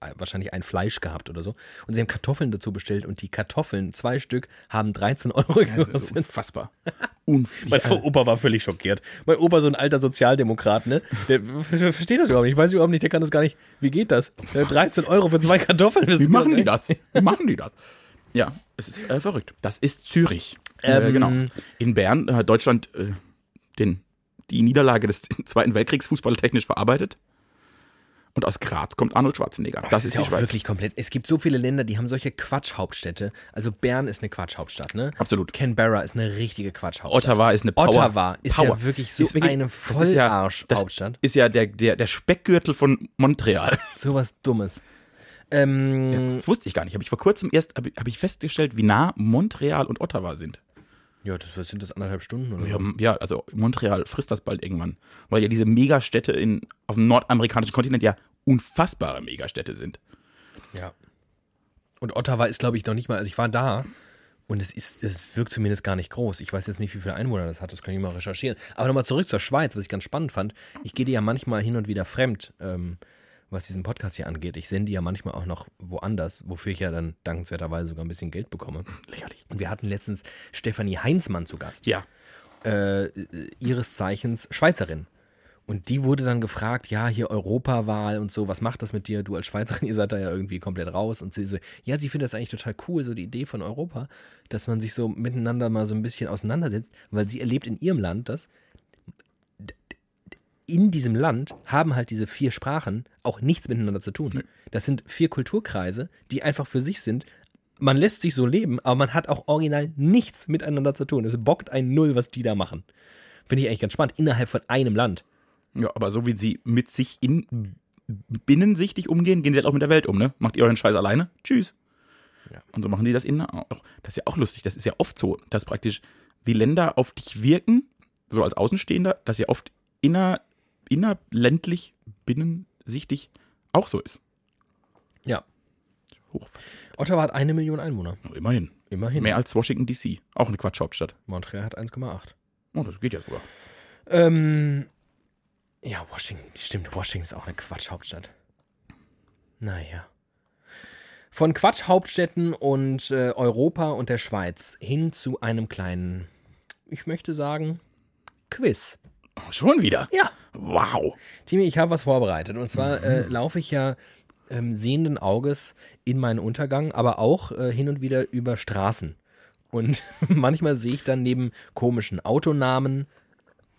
äh, wahrscheinlich ein Fleisch gehabt oder so. Und sie haben Kartoffeln dazu bestellt und die Kartoffeln, zwei Stück, haben 13 Euro Das ist gekostet. unfassbar. Äh, Unfassbar. Mein Opa war völlig schockiert. Mein Opa, so ein alter Sozialdemokrat, ne? Der versteht das überhaupt nicht. Ich weiß überhaupt nicht, der kann das gar nicht. Wie geht das? Äh, 13 Euro für zwei Kartoffeln. das Wie ist ne? machen die überhaupt- das? Wie machen die das? Ja, es ist äh, verrückt. Das ist Zürich. äh, Ähm, genau. In Bern hat Deutschland äh, den, die Niederlage des Zweiten Weltkriegs fußballtechnisch verarbeitet. Und aus Graz kommt Arnold Schwarzenegger. Das, Das, ist, ja die auch Schweiz. wirklich komplett. Es gibt so viele Länder, die haben solche Quatschhauptstädte. Also Bern ist eine Quatschhauptstadt, ne? Absolut. Canberra ist eine richtige Quatschhauptstadt. Ottawa ist eine Power. Ottawa ist Power. ja wirklich so Ist eine das ist ja- Vollarsch-Hauptstadt. Das ist ja der, der, der Speckgürtel von Montreal. Sowas Dummes. Ähm, Das wusste ich gar nicht. Habe ich vor kurzem erst habe hab ich festgestellt, wie nah Montreal und Ottawa sind. ja, das was sind das anderthalb Stunden oder Ja, so. m- ja, also Montreal frisst das bald irgendwann, weil ja diese Megastädte in, auf dem nordamerikanischen Kontinent ja unfassbare Megastädte sind. Ja. Und Ottawa ist, glaube ich, noch nicht mal. Also ich war da und es ist, es wirkt zumindest gar nicht groß. Ich weiß jetzt nicht, wie viele Einwohner das hat. Das kann ich mal recherchieren. Aber nochmal zurück zur Schweiz, was ich ganz spannend fand. Ich gehe die ja manchmal hin und wieder fremd, ähm, was diesen Podcast hier angeht. Ich sende die ja manchmal auch noch woanders, wofür ich ja dann dankenswerterweise sogar ein bisschen Geld bekomme. Lächerlich. Und wir hatten letztens Stefanie Heinzmann zu Gast Ja. äh, äh, ihres Zeichens Schweizerin. Und die wurde dann gefragt, ja, hier Europawahl und so, was macht das mit dir? Du als Schweizerin, ihr seid da ja irgendwie komplett raus. Und sie so, ja, sie findet das eigentlich total cool, so die Idee von Europa, dass man sich so miteinander mal so ein bisschen auseinandersetzt, weil sie erlebt in ihrem Land das. In diesem Land haben halt diese vier Sprachen auch nichts miteinander zu tun. Das sind vier Kulturkreise, die einfach für sich sind, man lässt sich so leben, aber man hat auch original nichts miteinander zu tun. Es bockt ein Null, was die da machen. Finde ich eigentlich ganz spannend, innerhalb von einem Land. Ja, aber so wie sie mit sich in, binnensichtig umgehen, gehen sie halt auch mit der Welt um, ne? Macht ihr euren Scheiß alleine? Tschüss. Ja. Und so machen die das innen auch. Das ist ja auch lustig. Das ist ja oft so, dass praktisch wie Länder auf dich wirken, so als Außenstehender, dass ja oft inner, innerländlich, binnensichtig auch so ist. Ja. Hoch. Ottawa hat eine Million Einwohner. Immerhin. Immerhin. Mehr als Washington DC. Auch eine Quatschhauptstadt. Montreal hat 1,8. Oh, das geht ja sogar. Ähm, ja, Washington, stimmt, Washington ist auch eine Quatschhauptstadt. Naja. Von Quatschhauptstädten und äh, Europa und der Schweiz hin zu einem kleinen, ich möchte sagen, Quiz. Oh, schon wieder? Ja. Wow. Timi, ich habe was vorbereitet. Und zwar äh, laufe ich ja ähm, sehenden Auges in meinen Untergang, aber auch äh, hin und wieder über Straßen. Und manchmal sehe ich dann neben komischen Autonamen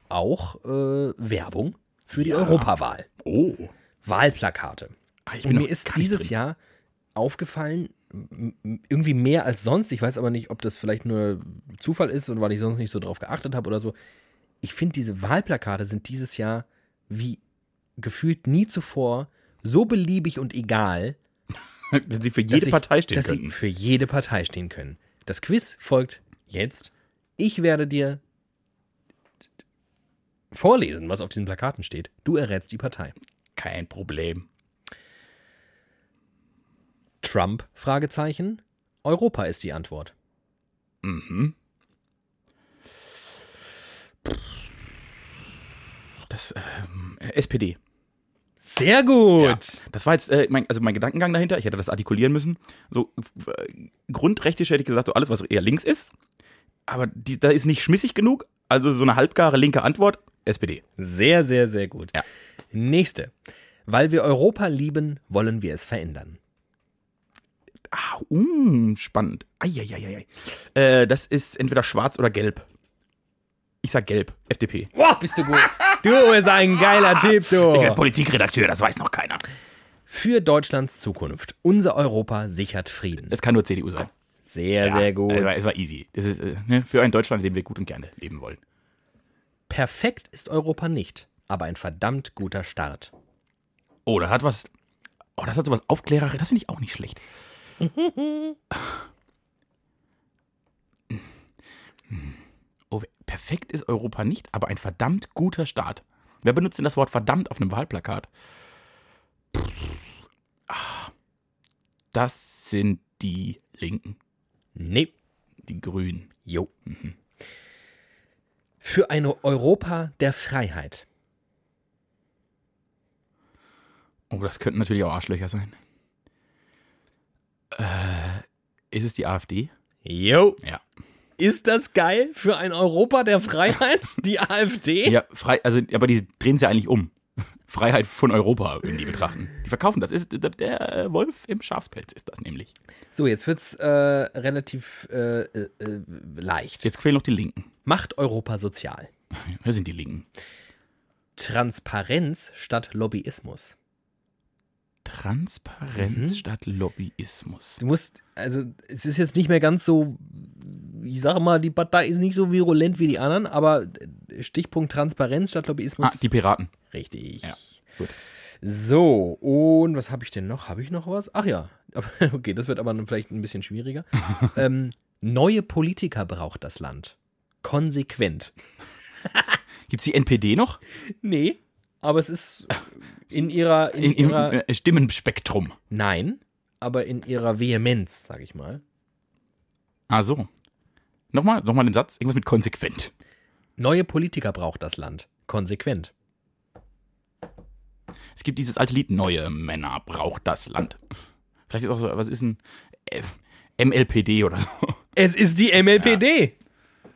auch äh, Werbung für die Europawahl. Oh. Wahlplakate. Ah, ich Und noch mir ist gar nicht dieses drin. Jahr aufgefallen, m- m- irgendwie mehr als sonst. Ich weiß aber nicht, ob das vielleicht nur Zufall ist und weil ich sonst nicht so drauf geachtet habe oder so. Ich finde, diese Wahlplakate sind dieses Jahr wie gefühlt nie zuvor so beliebig und egal, Wenn sie für dass jede Partei stehen dass könnten. sie für jede Partei stehen können. Das Quiz folgt jetzt. Ich werde dir vorlesen, was auf diesen Plakaten steht. Du errätst die Partei. Kein Problem. Trump? Fragezeichen. Europa ist die Antwort. Mhm. Das ähm, äh, SPD. Sehr gut. Das war jetzt äh, mein, also mein Gedankengang dahinter. Ich hätte das artikulieren müssen. So f- äh, grundrechtlich hätte ich gesagt, so alles, was eher links ist. Aber die, da ist nicht schmissig genug. Also so eine halbgare linke Antwort: SPD. Sehr, sehr, sehr gut. Ja. Nächste. Weil wir Europa lieben, wollen wir es verändern. Ah, uh, spannend. Eieieiei. Äh, das ist entweder schwarz oder gelb. Ich sag gelb. FDP. Boah, bist du gut. Du bist ein geiler Typ, Oh. du. Politikredakteur, das weiß noch keiner. Für Deutschlands Zukunft. Unser Europa sichert Frieden. Es kann nur CDU sein. Äh, Sehr, sehr gut. Es war, es war easy. Das ist äh, ne, für ein Deutschland, in dem wir gut und gerne leben wollen. Perfekt ist Europa nicht, aber ein verdammt guter Start. Oh, das hat was. Oh, das hat so was Aufklärerisches. Das finde ich auch nicht schlecht. oh, perfekt ist Europa nicht, aber ein verdammt guter Staat. Wer benutzt denn das Wort verdammt auf einem Wahlplakat? Pff, ah, Das sind die Linken, Nee. die Grünen. Jo. Für ein Europa der Freiheit. Oh, das könnten natürlich auch Arschlöcher sein. Äh, ist es die AfD? Jo. Ja. Ist das geil? Für ein Europa der Freiheit? Die AfD? Ja, frei, also, aber die drehen sie ja eigentlich um. Freiheit von Europa, wenn die betrachten. Die verkaufen das. Ist, der, der Wolf im Schafspelz ist das nämlich. So, jetzt wird's äh, relativ äh, äh, äh, leicht. Jetzt quälen noch die Linken. Macht Europa sozial. Wer sind die Linken? Transparenz statt Lobbyismus. Mhm. Transparenz statt Lobbyismus. Du musst, also es ist jetzt nicht mehr ganz so, ich sage mal, die Partei ist nicht so virulent wie die anderen, aber Stichpunkt Transparenz statt Lobbyismus. Ah, die Piraten. richtig. Ja, gut. So, und was habe ich denn noch? Habe ich noch was? Ach ja, Aber- okay, das wird aber dann vielleicht ein bisschen schwieriger. ähm, neue Politiker braucht das Land. Konsequent. Gibt es die NPD noch? Nee, aber es ist in ihrer, in In, Im ihrer äh, Stimmenspektrum. Nein, aber in ihrer Vehemenz, sag ich mal. Ah, so. Nochmal, nochmal den Satz. Irgendwas mit konsequent. Neue Politiker braucht das Land. Konsequent. Es gibt dieses alte Lied, neue Männer braucht das Land. Vielleicht ist auch so, was ist ein äh, F MLPD oder so? Es ist die MLPD.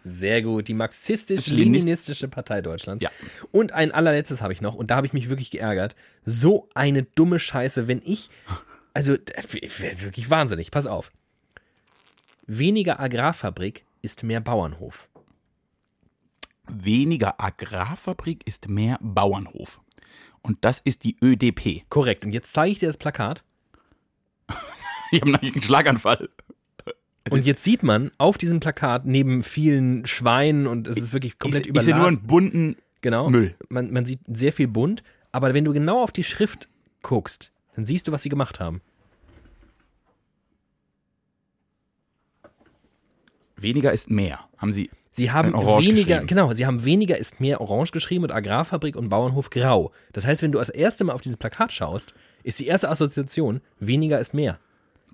Sehr gut, die marxistisch-leninistische Partei Deutschlands. Ja. Und ein allerletztes habe ich noch, und da habe ich mich wirklich geärgert. So eine dumme Scheiße, wenn ich. Also, ich wär wirklich wahnsinnig, pass auf. Weniger Agrarfabrik ist mehr Bauernhof. Weniger Agrarfabrik ist mehr Bauernhof. Und das ist die ÖDP. Korrekt, und jetzt zeige ich dir das Plakat. Ich habe einen Schlaganfall. Und jetzt sieht man auf diesem Plakat neben vielen Schweinen und es ist wirklich komplett ich, ich sehe nur überladen. einen bunten. Genau. Müll. Man, man sieht sehr viel bunt, aber wenn du genau auf die Schrift guckst, dann siehst du, was sie gemacht haben. Weniger ist mehr. Haben Sie. Sie haben In Orange weniger, geschrieben. genau, sie haben weniger ist mehr orange geschrieben und Agrarfabrik und Bauernhof grau. Das heißt, wenn du das erste Mal auf dieses Plakat schaust, ist die erste Assoziation weniger ist mehr.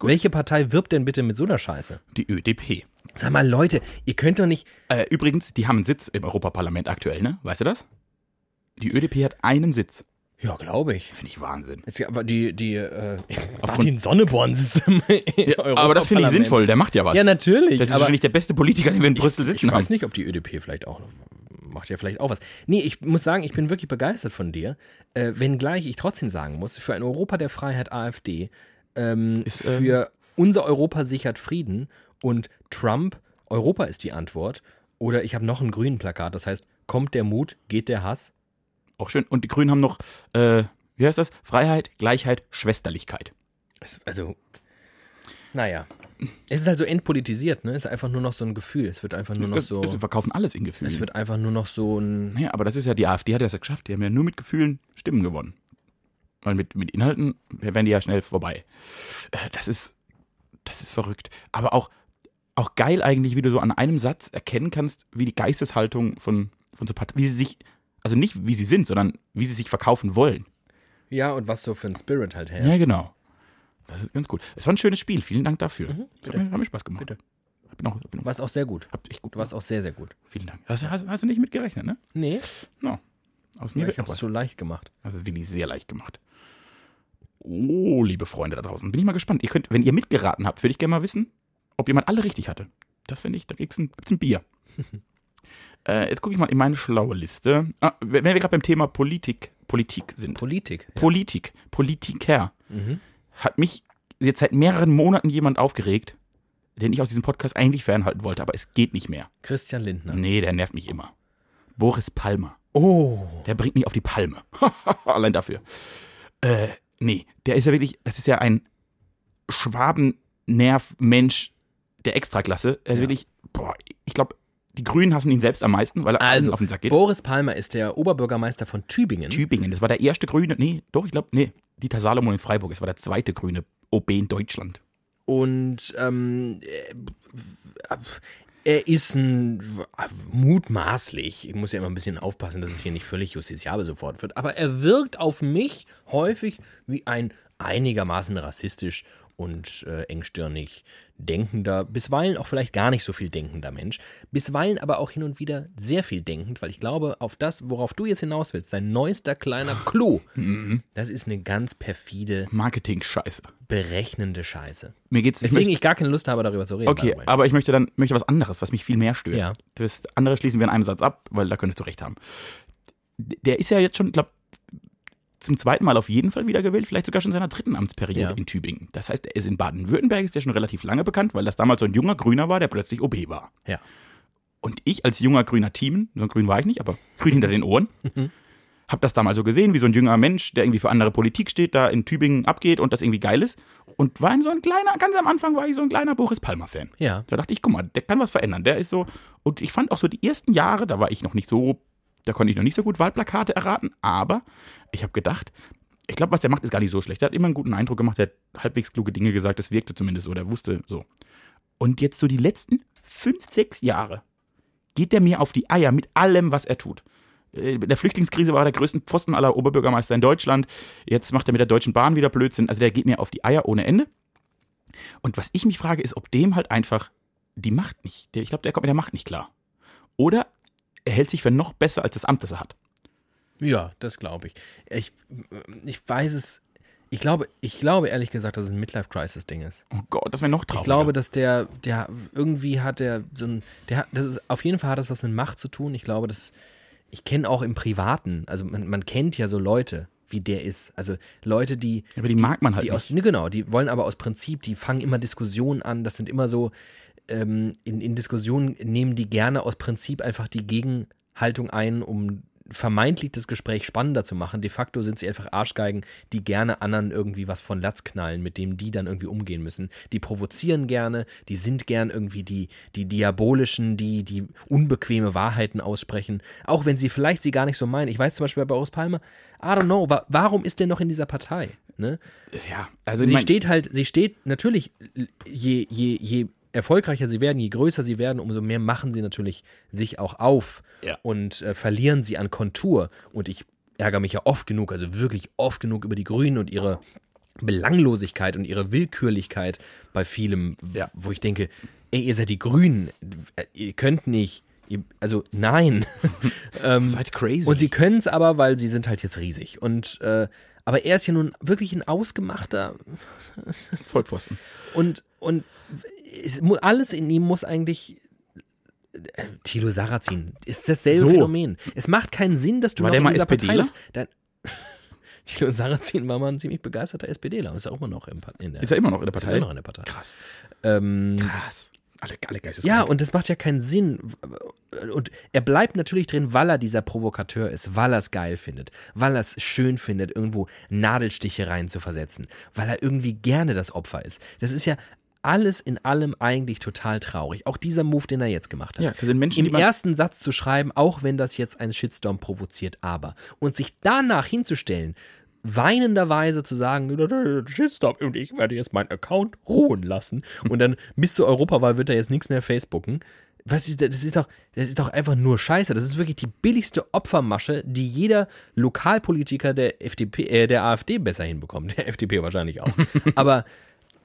Welche Partei wirbt denn bitte mit so einer Scheiße? Die ÖDP. Sag mal, Leute, ihr könnt doch nicht. Äh, übrigens, die haben einen Sitz im Europaparlament aktuell, ne? Weißt du das? Die ÖDP hat einen Sitz. Ja, glaube ich. Finde ich Wahnsinn. Jetzt, aber die, die, äh, Martin Sonneborn sitzt im aber das finde ich sinnvoll. Der macht ja was. Ja, natürlich. Das ist aber wahrscheinlich der beste Politiker, den wir in Brüssel sitzen Ich haben. weiß nicht, ob die ÖDP vielleicht auch macht ja vielleicht auch was. Nee, ich muss sagen, ich bin wirklich begeistert von dir. Äh, wenngleich ich trotzdem sagen muss, für ein Europa der Freiheit AfD, ähm, ähm, für unser Europa sichert Frieden und Trump, Europa ist die Antwort. Oder ich habe noch ein grünen Plakat, das heißt, kommt der Mut, geht der Hass. Auch schön. Und die Grünen haben noch, äh, wie heißt das? Freiheit, Gleichheit, Schwesterlichkeit. Es, also, naja. Es ist halt so entpolitisiert, ne? Es ist einfach nur noch so ein Gefühl. Es wird einfach nur noch Das, so. das verkaufen alles in Gefühlen. Es wird einfach nur noch so ein. naja, aber das ist ja die AfD, hat das ja geschafft. Die haben ja nur mit Gefühlen Stimmen gewonnen. Weil mit, mit Inhalten wären die ja schnell vorbei. Äh, das ist, das ist verrückt. Aber auch, auch geil eigentlich, wie du so an einem Satz erkennen kannst, wie die Geisteshaltung von, von so Parteien, wie sie sich Also nicht, wie sie sind, sondern wie sie sich verkaufen wollen. Ja, und was so für ein Spirit halt herrscht. Ja, genau. Das ist ganz gut. Es war ein schönes Spiel. Vielen Dank Mhm, dafür. hat, mir, hat mir Spaß gemacht. Bitte. Ich bin auch, ich Du bin auch, warst auch sehr gut. hab echt gut. Du warst auch sehr, sehr gut. Vielen Dank. Hast, hast, hast du nicht mit gerechnet, ne? Nee. No. Aus mir Ja, wird ich noch hab's was. so leicht gemacht. Das ist wirklich sehr leicht gemacht. Oh, liebe Freunde da draußen. Bin ich mal gespannt. Ihr könnt, wenn ihr mitgeraten habt, würde ich gerne mal wissen, ob jemand alle richtig hatte. Das finde ich, da gibt's ein, gibt's ein Bier. äh, jetzt gucke ich mal in meine schlaue Liste. Ah, wenn wenn wir gerade beim Thema Politik, Politik sind. Politik. Politik, Politiker. Mhm. Hat mich jetzt seit mehreren Monaten jemand aufgeregt, den ich aus diesem Podcast eigentlich fernhalten wollte, aber es geht nicht mehr. Christian Lindner. Nee, der nervt mich immer. Boris Palmer. Oh. Der bringt mich auf die Palme. Allein dafür. Äh, nee, der ist ja wirklich, das ist ja ein Schwabennerv-Mensch der Extraklasse. Er ist Ja. wirklich, boah, ich glaube, die Grünen hassen ihn selbst am meisten, weil er allen Also, auf den Sack geht. Boris Palmer ist der Oberbürgermeister von Tübingen. Tübingen, das war der erste Grüne, nee, doch, ich glaube, nee, Dieter Salomon in Freiburg, das war der zweite Grüne OB in Deutschland. Und ähm, äh, er ist ein äh, mutmaßlich, ich muss ja immer ein bisschen aufpassen, dass es hier nicht völlig justiziabel sofort wird, aber er wirkt auf mich häufig wie ein einigermaßen rassistisch und äh, engstirnig denkender, bisweilen auch vielleicht gar nicht so viel denkender Mensch, bisweilen aber auch hin und wieder sehr viel denkend, weil ich glaube, auf das, worauf du jetzt hinaus willst, dein neuester kleiner Clou, das ist eine ganz perfide, Marketing-Scheiße. berechnende Scheiße. Mir geht's ich Deswegen möchte- ich gar keine Lust habe, darüber zu reden. by Okay, the way. aber ich möchte dann möchte was anderes, was mich viel mehr stört. Ja. Das andere schließen wir in einem Satz ab, weil da könntest du recht haben. D- Der ist ja jetzt schon, glaube zum zweiten Mal auf jeden Fall wiedergewählt, vielleicht sogar schon in seiner dritten Amtsperiode Ja. in Tübingen. Das heißt, er ist in Baden-Württemberg, ist ja schon relativ lange bekannt, weil das damals so ein junger Grüner war, der plötzlich OB war. Ja. Und ich als junger grüner Team, so grün war ich nicht, aber grün hinter den Ohren, Mhm. hab das damals so gesehen, wie so ein jünger Mensch, der irgendwie für andere Politik steht, da in Tübingen abgeht und das irgendwie geil ist. Und war in so ein kleiner, ganz am Anfang war ich so ein kleiner Boris Palmer-Fan. Ja. Da dachte ich, guck mal, der kann was verändern. Der ist so, und ich fand auch so die ersten Jahre, da war ich noch nicht so, da konnte ich noch nicht so gut Wahlplakate erraten, aber ich habe gedacht, ich glaube, was der macht, ist gar nicht so schlecht. Der hat immer einen guten Eindruck gemacht, der hat halbwegs kluge Dinge gesagt, das wirkte zumindest so, der wusste so. Und jetzt so die letzten fünf, sechs Jahre geht der mir auf die Eier mit allem, was er tut. Äh, In der Flüchtlingskrise war er der größten Pfosten aller Oberbürgermeister in Deutschland. Jetzt macht er mit der Deutschen Bahn wieder Blödsinn. Also der geht mir auf die Eier ohne Ende. Und was ich mich frage, ist, ob dem halt einfach die Macht nicht, der, ich glaube, der kommt mit der Macht nicht klar. Oder er hält sich für noch besser als das Amt, das er hat. Ja, das glaube ich. ich. Ich weiß es. Ich glaube, ich glaube ehrlich gesagt, dass es ein Midlife-Crisis-Ding ist. Oh Gott, das wäre noch trauriger. Ich glaube, dass der, der irgendwie hat der so ein, der hat, das ist, auf jeden Fall hat das was mit Macht zu tun. Ich glaube, dass, ich kenne auch im Privaten, also man, man kennt ja so Leute, wie der ist. Also Leute, die, aber die mag man halt die nicht. aus, nee, genau, die wollen aber aus Prinzip, die fangen immer Diskussionen an, das sind immer so, ähm, in, in Diskussionen nehmen die gerne aus Prinzip einfach die Gegenhaltung ein, um vermeintlich das Gespräch spannender zu machen. De facto sind sie einfach Arschgeigen, die gerne anderen irgendwie was von Latz knallen, mit dem die dann irgendwie umgehen müssen. Die provozieren gerne, die sind gern irgendwie die, die diabolischen, die, die unbequeme Wahrheiten aussprechen, auch wenn sie vielleicht sie gar nicht so meinen. Ich weiß zum Beispiel bei Boris Palmer, I don't know, wa warum ist der noch in dieser Partei? Ne? ja, also ich sie mein, steht halt, sie steht natürlich, je, je, je erfolgreicher sie werden, je größer sie werden, umso mehr machen sie natürlich sich auch auf Ja. und äh, verlieren sie an Kontur. Und ich ärgere mich ja oft genug, also wirklich oft genug über die Grünen und ihre Belanglosigkeit und ihre Willkürlichkeit bei vielem, w- Ja. wo ich denke, ey, ihr seid die Grünen, äh, ihr könnt nicht, ihr, also nein. ähm, seid crazy. und sie können es aber, weil sie sind halt jetzt riesig. Und äh, aber er ist ja nun wirklich ein ausgemachter Vollpfosten. und und es, mu- alles in ihm muss eigentlich äh, Thilo Sarrazin ist dasselbe So. Phänomen. Es macht keinen Sinn, dass du War noch der in mal dieser Partei SPDler? bist. Dann, Thilo Sarrazin war mal ein ziemlich begeisterter SPDler und ist auch immer noch im, Part- in der Ist er immer noch in der ist Partei? immer noch in der Partei. Krass. Ähm, Krass. Alle, alle Geistes. ja, und das macht ja keinen Sinn. Und er bleibt natürlich drin, weil er dieser Provokateur ist, weil er es geil findet, weil er es schön findet, irgendwo Nadelstiche rein zu versetzen, weil er irgendwie gerne das Opfer ist. Das ist ja alles in allem eigentlich total traurig. Auch dieser Move, den er jetzt gemacht hat. Ja, das sind Menschen, die Im man- ersten Satz zu schreiben, auch wenn das jetzt einen Shitstorm provoziert, aber. Und sich danach hinzustellen, weinenderweise zu sagen, Shitstorm, und ich werde jetzt meinen Account ruhen lassen. Und dann bis zur Europawahl wird er jetzt nichts mehr Facebooken. was ist das? Das ist doch, das ist doch einfach nur Scheiße. Das ist wirklich die billigste Opfermasche, die jeder Lokalpolitiker der FDP, äh, der AfD besser hinbekommt. Der FDP wahrscheinlich auch. aber,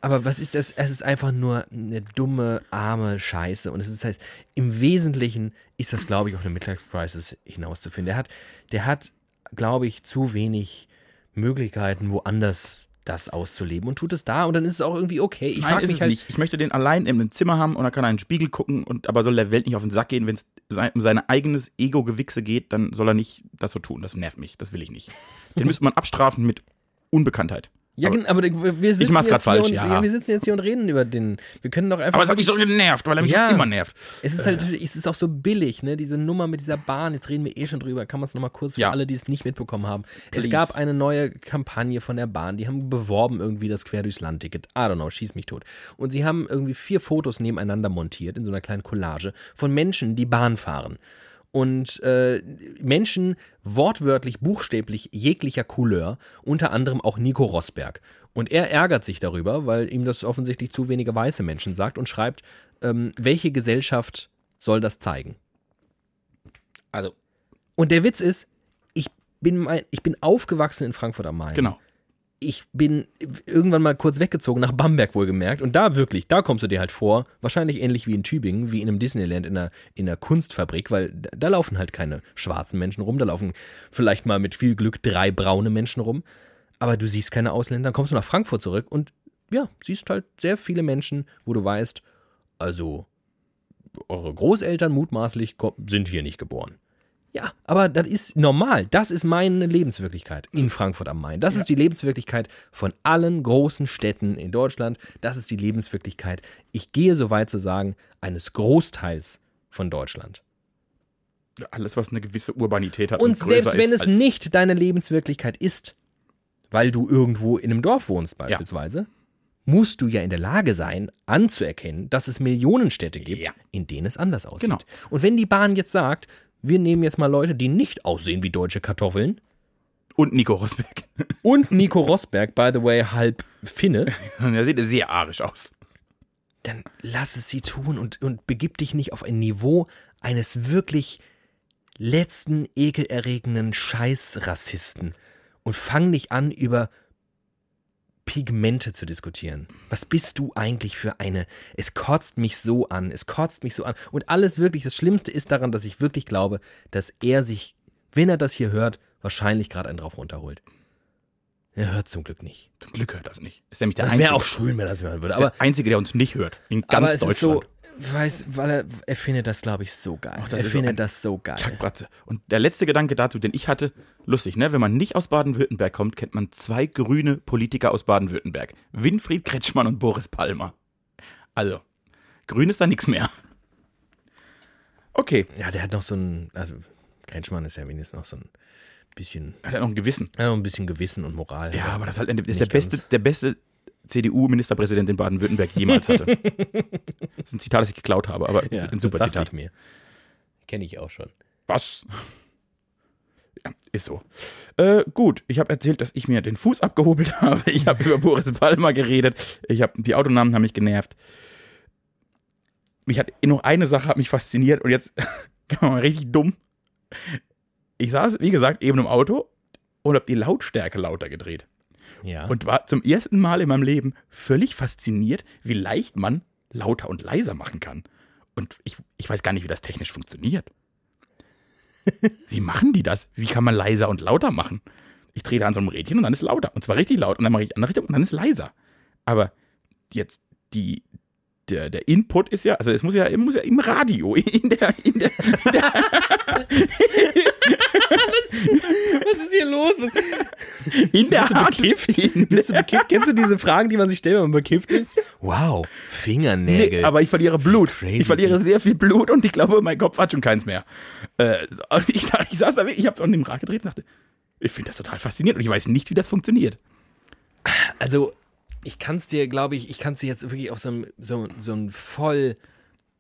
aber was ist das? Es ist einfach nur eine dumme, arme Scheiße. Und es ist heißt, im Wesentlichen ist das, glaube ich, auf eine Midlife Crisis hinauszufinden. Der hat, der hat, glaube ich, zu wenig Möglichkeiten, woanders das auszuleben und tut es da und dann ist es auch irgendwie okay. Ich Nein, frag ist mich es halt, nicht. Ich möchte den allein in einem Zimmer haben und er kann einen Spiegel gucken, und aber soll der Welt nicht auf den Sack gehen, wenn es sein, um sein eigenes Ego-Gewichse geht, dann soll er nicht das so tun. Das nervt mich, das will ich nicht. Den müsste man abstrafen mit Unbekanntheit. Ja, genau. aber, aber, aber wir sitzen mach's grad jetzt hier falsch, und, ja. Wir sitzen jetzt hier und reden über den. Wir können doch einfach. aber äh, es hat mich so genervt, weil er mich Ja. schon immer nervt. es ist halt, es ist auch so billig, ne? Diese Nummer mit dieser Bahn. Jetzt reden wir eh schon drüber. Kann man es nochmal kurz für Ja. alle, die es nicht mitbekommen haben. Please. Es gab eine neue Kampagne von der Bahn. Die haben beworben irgendwie das Quer durchs Land Ticket. I don't know, schieß mich tot. Und sie haben irgendwie vier Fotos nebeneinander montiert in so einer kleinen Collage von Menschen, die Bahn fahren. Und äh, Menschen wortwörtlich, buchstäblich jeglicher Couleur, unter anderem auch Nico Rosberg. Und er ärgert sich darüber, weil ihm das offensichtlich zu wenige weiße Menschen sagt und schreibt, ähm, welche Gesellschaft soll das zeigen? Also, Und der Witz ist, ich bin, mein, ich bin aufgewachsen in Frankfurt am Main. genau. Ich bin irgendwann mal kurz weggezogen, nach Bamberg wohlgemerkt. Und da wirklich, da kommst du dir halt vor, wahrscheinlich ähnlich wie in Tübingen, wie in einem Disneyland, in einer, in einer Kunstfabrik, weil da, da laufen halt keine schwarzen Menschen rum, da laufen vielleicht mal mit viel Glück drei braune Menschen rum. Aber du siehst keine Ausländer, dann kommst du nach Frankfurt zurück und ja, siehst halt sehr viele Menschen, wo du weißt, also eure Großeltern mutmaßlich ko- sind hier nicht geboren. Ja, aber das ist normal. Das ist meine Lebenswirklichkeit in Frankfurt am Main. Das ist die Lebenswirklichkeit von allen großen Städten in Deutschland. Das ist die Lebenswirklichkeit, ich gehe so weit zu sagen, eines Großteils von Deutschland. Alles, was eine gewisse Urbanität hat. Und, selbst größer wenn ist es als- nicht deine Lebenswirklichkeit ist, weil du irgendwo in einem Dorf wohnst beispielsweise, musst du ja in der Lage sein, anzuerkennen, dass es Millionenstädte gibt, Ja. in denen es anders aussieht. Genau. Und wenn die Bahn jetzt sagt, wir nehmen jetzt mal Leute, die nicht aussehen wie deutsche Kartoffeln, Und Nico Rosberg. und Nico Rosberg, by the way, halb Finne, der sieht sehr arisch aus. dann lass es sie tun und, und begib dich nicht auf ein Niveau eines wirklich letzten ekelerregenden Scheißrassisten und fang nicht an, über Pigmente zu diskutieren. Was bist du eigentlich für eine? Es kotzt mich so an, es kotzt mich so an. Und alles wirklich, das Schlimmste ist daran, dass ich wirklich glaube, dass er sich, wenn er das hier hört, wahrscheinlich gerade einen drauf runterholt. Er hört zum Glück nicht. Zum Glück hört das nicht. Ist nämlich der Das Einzige. wäre auch schön, wenn er das hören würde. ist Aber der Einzige, der uns nicht hört. In ganz aber es ist Deutschland. so, weiß, weil er, er findet das, glaube ich, so geil. das er ist so findet ein das so geil. Kackbratze. Und der letzte Gedanke dazu, den ich hatte, lustig, ne? Wenn man nicht aus Baden-Württemberg kommt, kennt man zwei grüne Politiker aus Baden-Württemberg. Winfried Kretschmann und Boris Palmer. Also, grün ist da nichts mehr. Okay, Ja, der hat noch so ein, also Kretschmann ist ja wenigstens noch so ein bisschen, hat er noch ein Gewissen. ja, ein bisschen Gewissen und Moral. Ja, aber das ist halt das ist der Nicht beste, ganz. der beste CDU-Ministerpräsident, den Baden-Württemberg jemals hatte. das ist ein Zitat, das ich geklaut habe, aber Ja, ist ein super das dachte Zitat. ich mir. Kenne ich auch schon. Was? Ja, ist so. Äh, gut, ich habe erzählt, dass ich mir den Fuß abgehobelt habe. Ich habe über Boris Palmer geredet. Ich hab, die Autonamen haben mich genervt. Mich hat noch eine Sache hat mich fasziniert und jetzt kann man richtig dumm. Ich saß, wie gesagt, eben im Auto und habe die Lautstärke lauter gedreht Ja. und war zum ersten Mal in meinem Leben völlig fasziniert, wie leicht man lauter und leiser machen kann. Und ich, ich weiß gar nicht, wie das technisch funktioniert. Wie machen die das? Wie kann man leiser und lauter machen? Ich drehe da an so einem Rädchen und dann ist lauter. Und zwar richtig laut. Und dann mache ich andere Richtung und dann ist leiser. Aber jetzt die, der, der Input ist ja, also es muss ja, muss ja im Radio, in der, in der, Was ist hier los? in der Hardware- Bist du bekifft? Kennst du diese Fragen, die man sich stellt, wenn man bekifft ist? Wow, Fingernägel. Nee, aber ich verliere Blut. Crazy Ich verliere sind- sehr viel Blut und ich glaube, mein Kopf hat schon keins mehr. Äh, so- und ich, da- ich saß da wirklich, ich habe es an dem Rad gedreht und dachte, ich finde das total faszinierend und ich weiß nicht, wie das funktioniert. Also, ich kann es dir, glaube ich, ich kann es dir jetzt wirklich auf so einem so, so ein voll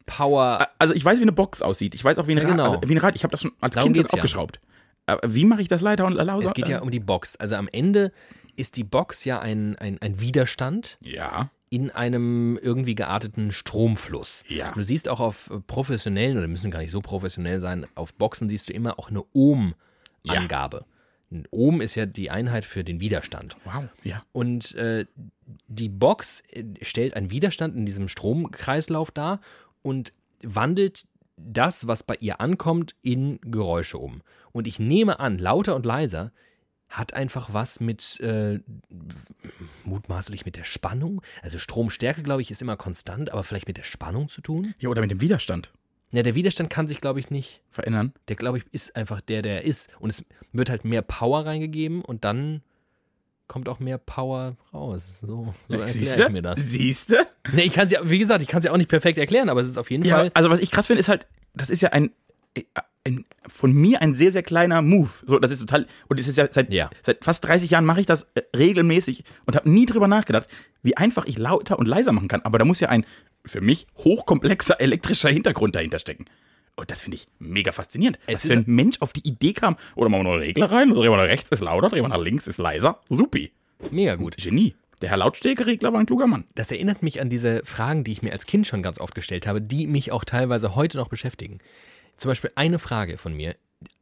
Power. A- Also ich weiß, wie eine Box aussieht. Ich weiß auch, wie ein, Ja, Rad, genau. also wie ein Rad. Ich habe das schon als Darum Kind schon geht's ja. aufgeschraubt. Aber wie mache ich das leider und lauter? Es geht ja um die Box. Also am Ende ist die Box ja ein, ein, ein Widerstand, Äh, Ja. in einem irgendwie gearteten Stromfluss. Ja. Und du siehst auch auf äh, professionellen, oder müssen gar nicht so professionell sein, auf Boxen siehst du immer auch eine Ohm-Angabe. Ein Ohm ist ja die Einheit für den Widerstand. Wow. Ja. Und äh, die Box äh, stellt einen Widerstand in diesem Stromkreislauf dar und wandelt das, was bei ihr ankommt, in Geräusche um. Und ich nehme an, lauter und leiser hat einfach was mit äh, mutmaßlich mit der Spannung. Also Stromstärke, glaube ich, ist immer konstant, aber vielleicht mit der Spannung zu tun. Ja, oder mit dem Widerstand Ja, der Widerstand kann sich, glaube ich, nicht. verändern. Der, glaube ich, ist einfach der, der er ist. Und es wird halt mehr Power reingegeben und dann kommt auch mehr Power raus. So, so erkläre ich mir das. Siehste? Nee, ich kann's ja, wie gesagt, ich kann es ja auch nicht perfekt erklären, aber es ist auf jeden Ja, Fall. also was ich krass finde, ist halt, das ist ja ein, ein von mir ein sehr, sehr kleiner Move. So, das ist total, und es ist ja seit, Ja. seit fast 30 Jahren mache ich das äh, regelmäßig und habe nie drüber nachgedacht, wie einfach ich lauter und leiser machen kann. Aber da muss ja ein, für mich, hochkomplexer elektrischer Hintergrund dahinter stecken. Und das finde ich mega faszinierend. Es Was für ist- ein Mensch auf die Idee kam, oder machen wir einen Regler rein, drehen wir nach rechts, ist lauter, drehen wir nach links, ist leiser. Supi. Mega gut. Genie. Der Herr Lautstärkeregler war ein kluger Mann. Das erinnert mich an diese Fragen, die ich mir als Kind schon ganz oft gestellt habe, die mich auch teilweise heute noch beschäftigen. Zum Beispiel eine Frage von mir,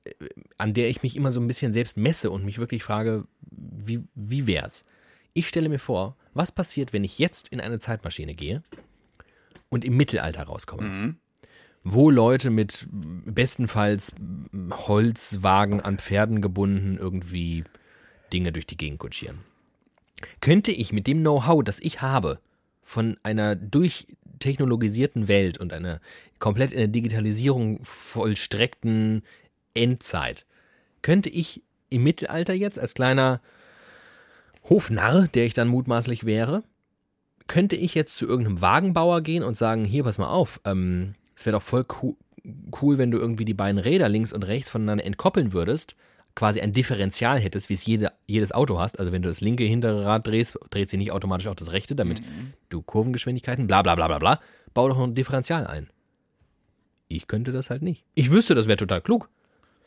äh, an der ich mich immer so ein bisschen selbst messe und mich wirklich frage, wie, wie wär's? Ich stelle mir vor, was passiert, wenn ich jetzt in eine Zeitmaschine gehe und im Mittelalter rauskomme? Wo Leute mit bestenfalls mm, Holzwagen an Pferden gebunden irgendwie Dinge durch die Gegend kutschieren könnte ich mit dem Know-how, das ich habe, von einer durchtechnologisierten Welt und einer komplett in der Digitalisierung vollstreckten Endzeit, könnte ich im Mittelalter jetzt als kleiner Hofnarr, der ich dann mutmaßlich wäre, könnte ich jetzt zu irgendeinem Wagenbauer gehen und sagen, hier, pass mal auf, ähm, es wäre doch voll coo- cool, wenn du irgendwie die beiden Räder links und rechts voneinander entkoppeln würdest, quasi ein Differential hättest, wie es jede, jedes Auto hast. Also wenn du das linke hintere Rad drehst, dreht sich nicht automatisch auch das rechte, damit du Kurvengeschwindigkeiten, bla bla bla bla bla, bau doch ein Differential ein. Ich könnte das halt nicht. Ich wüsste, das wäre total klug.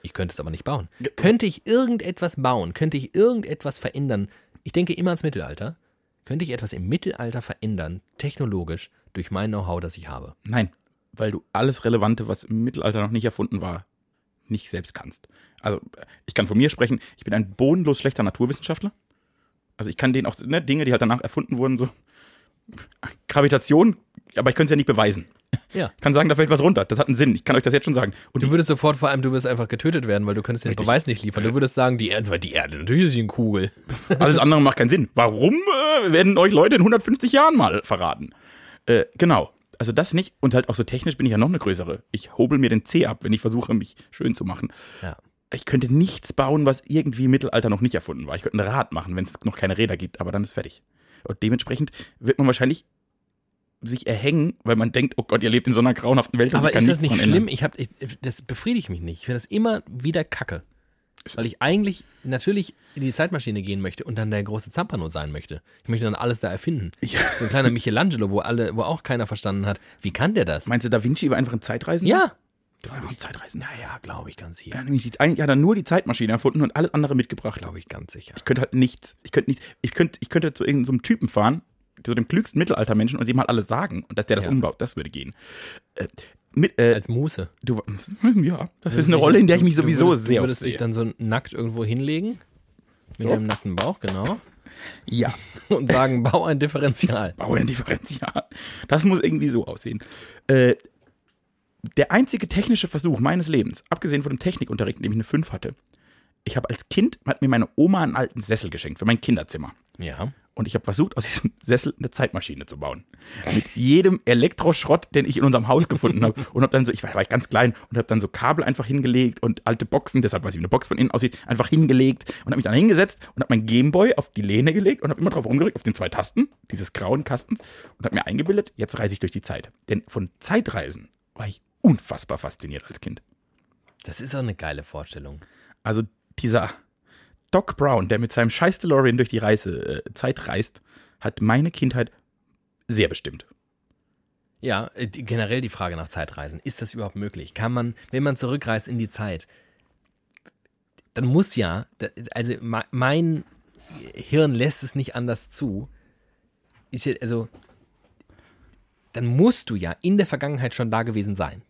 Ich könnte es aber nicht bauen. Könnte ich irgendetwas bauen? Könnte ich irgendetwas verändern? Ich denke immer ans Mittelalter. Könnte ich etwas im Mittelalter verändern, technologisch, durch mein Know-how, das ich habe? Nein, weil du alles Relevante, was im Mittelalter noch nicht erfunden war, nicht selbst kannst. Also, ich kann von mir sprechen, ich bin ein bodenlos schlechter Naturwissenschaftler. Also, ich kann denen auch, ne, Dinge, die halt danach erfunden wurden, so. Gravitation, aber ich könnte es ja nicht beweisen. Ja. Ich kann sagen, da fällt was runter. Das hat einen Sinn. Ich kann euch das jetzt schon sagen. Und Du würdest sofort vor allem, du wirst einfach getötet werden, weil du könntest den Richtig. Beweis nicht liefern. Du würdest sagen, die Erde, die Erde, natürlich ist sie eine Kugel. Alles andere macht keinen Sinn. Warum äh, werden euch Leute in 150 Jahren mal verraten? Äh, genau. Also das nicht. Und halt auch so technisch bin ich ja noch eine größere. Ich hobel mir den C ab, wenn ich versuche, mich schön zu machen. Ja. Ich könnte nichts bauen, was irgendwie im Mittelalter noch nicht erfunden war. Ich könnte ein Rad machen, wenn es noch keine Räder gibt, aber dann ist fertig. Und dementsprechend wird man wahrscheinlich sich erhängen, weil man denkt, oh Gott, ihr lebt in so einer grauenhaften Welt. und Aber ich kann ist das nichts nicht dran schlimm? ändern. Ich hab, ich, das befriedigt mich nicht. Ich finde das immer wieder kacke. Weil ich eigentlich natürlich in die Zeitmaschine gehen möchte und dann der große Zampano sein möchte. Ich möchte dann alles da erfinden. So ein kleiner Michelangelo, wo alle, wo auch keiner verstanden hat, wie kann der das? Meinst du, Da Vinci war einfach ein Zeitreisender? ja. Der war einfach ein Zeitreisender. Naja, glaube ich ganz sicher. Er hat nämlich die- eigentlich hat er nur die Zeitmaschine erfunden und alles andere mitgebracht. Glaube ich ganz sicher. Ich könnte halt nichts, ich könnte nichts, ich könnte, ich könnte zu irgendeinem so einem Typen fahren, zu dem klügsten Mittelaltermenschen und dem halt alles sagen und dass der das Ja. Also umbaut, das würde gehen. Äh, mit, äh, Als Muße. du, ja, das ist eine Rolle, in der ich mich Du- sowieso du würdest, sehr Du oft würdest dich sehe. dann so nackt irgendwo hinlegen. Mit So. deinem nackten Bauch, genau. Ja, Und sagen, bau ein Differential. Bauerndifferenzial. Das muss irgendwie so aussehen. Äh, der einzige technische Versuch meines Lebens, abgesehen von dem Technikunterricht, in dem ich eine 5 hatte, ich habe als Kind, hat mir meine Oma einen alten Sessel geschenkt für mein Kinderzimmer. Ja. Und ich habe versucht, aus diesem Sessel eine Zeitmaschine zu bauen. Mit jedem Elektroschrott, den ich in unserem Haus gefunden habe. Und habe dann so, ich war, war ich ganz klein und habe dann so Kabel einfach hingelegt und alte Boxen, deshalb weiß ich, wie eine Box von innen aussieht, einfach hingelegt und habe mich dann hingesetzt und habe mein Gameboy auf die Lehne gelegt und habe immer drauf rumgerückt, auf den zwei Tasten dieses grauen Kastens und habe mir eingebildet, jetzt reise ich durch die Zeit. Denn von Zeitreisen war ich unfassbar fasziniert als Kind. Das ist auch eine geile Vorstellung. Also dieser Doc Brown, der mit seinem scheiß DeLorean durch die Reise, äh, Zeit reist, hat meine Kindheit sehr bestimmt. Ja, äh, die- generell die Frage nach Zeitreisen. Ist das überhaupt möglich? Kann man, wenn man zurückreist in die Zeit, dann muss ja, da- also me- mein Hirn lässt es nicht anders zu. Ist ja, also dann musst du ja in der Vergangenheit schon da gewesen sein.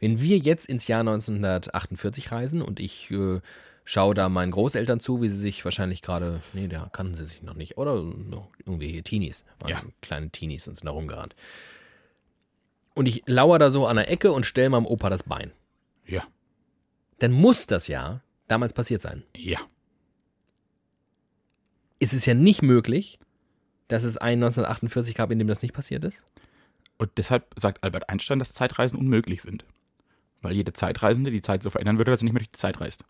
Wenn wir jetzt ins Jahr 1948 reisen und ich äh, schaue da meinen Großeltern zu, wie sie sich wahrscheinlich gerade, nee, da kannten sie sich noch nicht, oder noch irgendwie hier Teenies, waren Ja. kleine Teenies und sind da rumgerannt. Und ich lauere da so an der Ecke und stelle meinem Opa das Bein. Ja. Dann muss das ja damals passiert sein. Ja. Es ist ja nicht möglich, dass es einen 1948 gab, in dem das nicht passiert ist. Und deshalb sagt Albert Einstein, dass Zeitreisen unmöglich sind. Weil jede Zeitreisende die Zeit so verändern würde, dass sie nicht mehr durch die Zeit reist.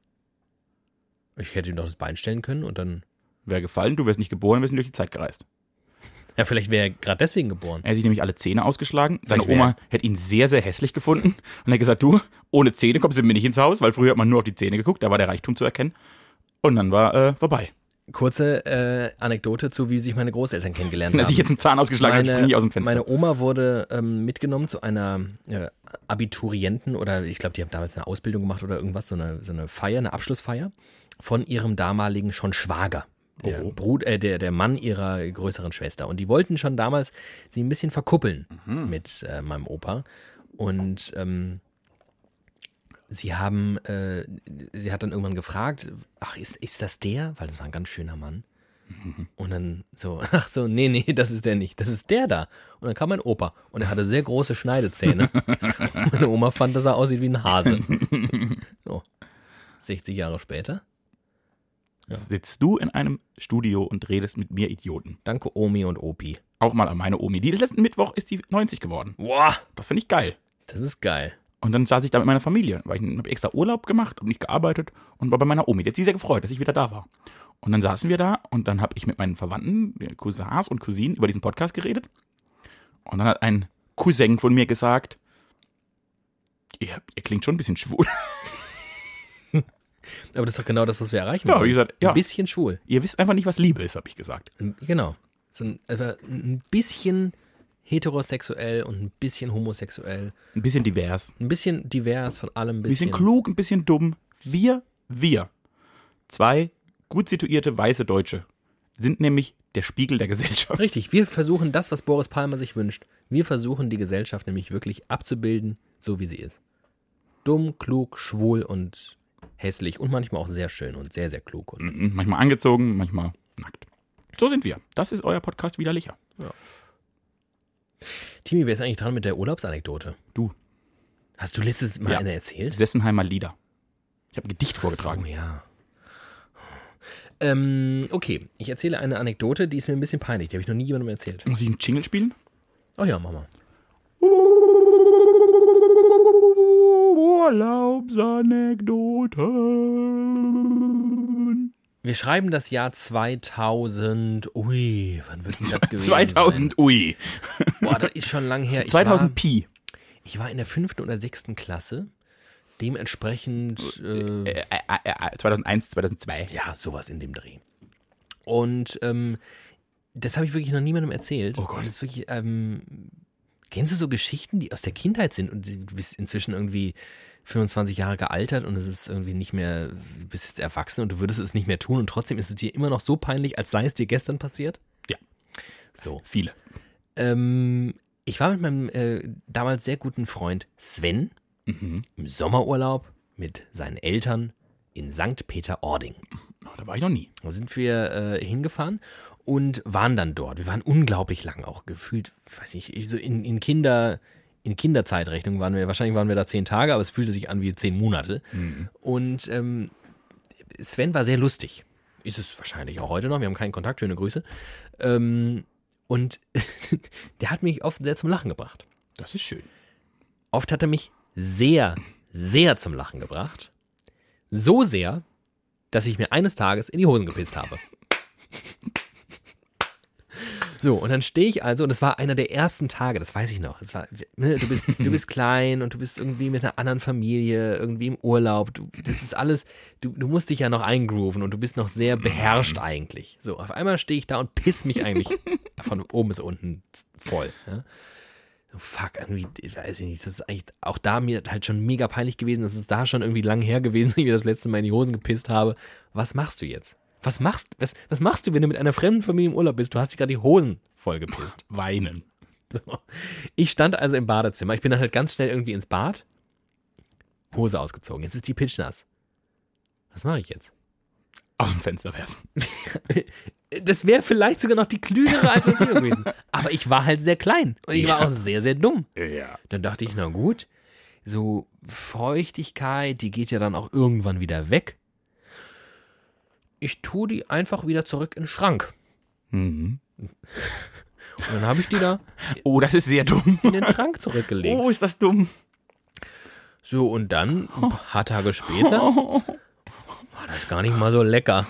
Ich hätte ihm doch das Bein stellen können und dann. Wäre gefallen, du wärst nicht geboren, wärst nicht durch die Zeit gereist. Ja, vielleicht wäre er gerade deswegen geboren. Er hätte sich nämlich alle Zähne ausgeschlagen. Seine Vielleicht wär- Oma hätte ihn sehr, sehr hässlich gefunden und hätte gesagt, du, ohne Zähne kommst du mit mir nicht ins Haus, weil früher hat man nur auf die Zähne geguckt, da war der Reichtum zu erkennen. Und dann war äh, vorbei. Kurze äh, Anekdote zu, wie sich meine Großeltern kennengelernt Dass ich haben. jetzt einen Zahn ausgeschlagen habe, springe ich aus dem Fenster. meine Oma wurde ähm, mitgenommen zu einer äh, Abiturienten oder ich glaube, die haben damals eine Ausbildung gemacht oder irgendwas, so eine, so eine Feier, eine Abschlussfeier von ihrem damaligen schon Schwager. Der, Oh. Brut, äh, der, der Mann ihrer größeren Schwester. Und die wollten schon damals sie ein bisschen verkuppeln Mhm. mit äh, meinem Opa. Und ähm, sie haben, äh, sie hat dann irgendwann gefragt, ach, ist, ist das der? Weil das war ein ganz schöner Mann. Und dann so, ach so, nee, nee, das ist der nicht, das ist der da. Und dann kam mein Opa und er hatte sehr große Schneidezähne. Und meine Oma fand, dass er aussieht wie ein Hase. So, 60 Jahre später. Sitzt du in einem Studio und redest mit mir Idioten. Danke Omi und Opi. Auch mal an meine Omi. Die des letzten Mittwoch ist die 90 geworden. Boah, Das finde ich geil. das ist geil. Und dann saß ich da mit meiner Familie, weil ich habe extra Urlaub gemacht, habe nicht gearbeitet und war bei meiner Omi. Die hat sich sehr gefreut, dass ich wieder da war. Und dann saßen wir da und dann habe ich mit meinen Verwandten, äh, Cousins und Cousinen über diesen Podcast geredet. Und dann hat ein Cousin von mir gesagt, ihr, ihr klingt schon ein bisschen schwul. Aber das ist doch genau das, was wir erreichen Ja, wollen. wie gesagt, ja. Ein bisschen schwul. Ihr wisst einfach nicht, was Liebe ist, habe ich gesagt. Genau. So ein, einfach ein bisschen heterosexuell und ein bisschen homosexuell. Ein bisschen divers, Ein bisschen divers von allem. Ein ein bisschen bisschen, klug, ein bisschen dumm. Wir, wir, zwei gut situierte weiße Deutsche, sind nämlich der Spiegel der Gesellschaft. Richtig, wir versuchen das, was Boris Palmer sich wünscht. Wir versuchen die Gesellschaft nämlich wirklich abzubilden, so wie sie ist. Dumm, klug, schwul und hässlich und manchmal auch sehr schön und sehr, sehr klug. Mhm. Und Manchmal angezogen, manchmal nackt. So sind wir. Das ist euer Podcast Widerlicher. Timi, wer ist eigentlich dran mit der Urlaubsanekdote? Du. Hast du letztes Mal Ja. eine erzählt? Sessenheimer Lieder. Ich habe ein Gedicht vorgetragen. Oh ja. Ähm, okay, ich erzähle eine Anekdote, die ist mir ein bisschen peinlich. Die habe ich noch nie jemandem erzählt. Muss ich einen Jingle spielen? Oh ja, mach mal. Urlaubsanekdoten. Wir schreiben das Jahr 2000. Ui, wann wird das gewesen 2000, ui. Sein? Boah, das ist schon lang her. Ich 2000 Pi. War, ich war in der fünften oder sechsten Klasse. Dementsprechend, äh, Äh, äh, äh, 2001, 2002. ja, sowas in dem Dreh. Und ähm, das habe ich wirklich noch niemandem erzählt. Oh Gott. Und Das ist wirklich, ähm, kennst du so Geschichten, die aus der Kindheit sind und du bist inzwischen irgendwie 25 Jahre gealtert und es ist irgendwie nicht mehr, du bist jetzt erwachsen und du würdest es nicht mehr tun und trotzdem ist es dir immer noch so peinlich, als sei es dir gestern passiert? Ja. So. Viele. Ähm, ich war mit meinem äh, damals sehr guten Freund Sven im Sommerurlaub mit seinen Eltern in St. Peter-Ording. Oh, Da war ich noch nie. Da sind wir äh, hingefahren und waren dann dort. Wir waren unglaublich lang, auch gefühlt, weiß nicht, ich, so in, in Kinder. In Kinderzeitrechnung waren wir, wahrscheinlich waren wir da zehn Tage, aber es fühlte sich an wie zehn Monate. Und ähm, Sven war sehr lustig. Ist es wahrscheinlich auch heute noch. Wir haben keinen Kontakt, schöne Grüße. Ähm, und der hat mich oft sehr zum Lachen gebracht. Das ist schön. Oft hat er mich sehr, sehr zum Lachen gebracht. So sehr, dass ich mir eines Tages in die Hosen gepisst habe. So, und dann stehe ich also, und es war einer der ersten Tage, das weiß ich noch. Es war, ne, du, bist, du bist klein und du bist irgendwie mit einer anderen Familie, irgendwie im Urlaub. Du, das ist alles, du, du musst dich ja noch eingrooven und du bist noch sehr beherrscht eigentlich. So, auf einmal stehe ich da und piss mich eigentlich von oben bis unten voll. Ja? So, fuck, irgendwie, ich weiß ich nicht, das ist eigentlich auch da mir halt schon mega peinlich gewesen, das ist da schon irgendwie lang her gewesen, dass ich mir das letzte Mal in die Hosen gepisst habe. Was machst du jetzt? Was machst, was, was machst du, wenn du mit einer fremden Familie im Urlaub bist? Du hast dir gerade die Hosen vollgepisst. Weinen. So. Ich stand also im Badezimmer. Ich bin dann halt ganz schnell irgendwie ins Bad. Hose ausgezogen. Jetzt ist die pitschnass. Was mache ich jetzt? Aus dem Fenster werfen. Das wäre vielleicht sogar noch die klügere Alternative gewesen. Aber ich war halt sehr klein. Und ich war Ja. auch sehr, sehr dumm. Ja. Dann dachte ich, na gut, so Feuchtigkeit, die geht ja dann auch irgendwann wieder weg. Ich tue die einfach wieder zurück in den Schrank. Mhm. Und dann habe ich die da Oh, das ist sehr dumm. in den Schrank zurückgelegt. Oh, ist das dumm. So, und dann, ein paar Tage später, war das gar nicht mal so lecker.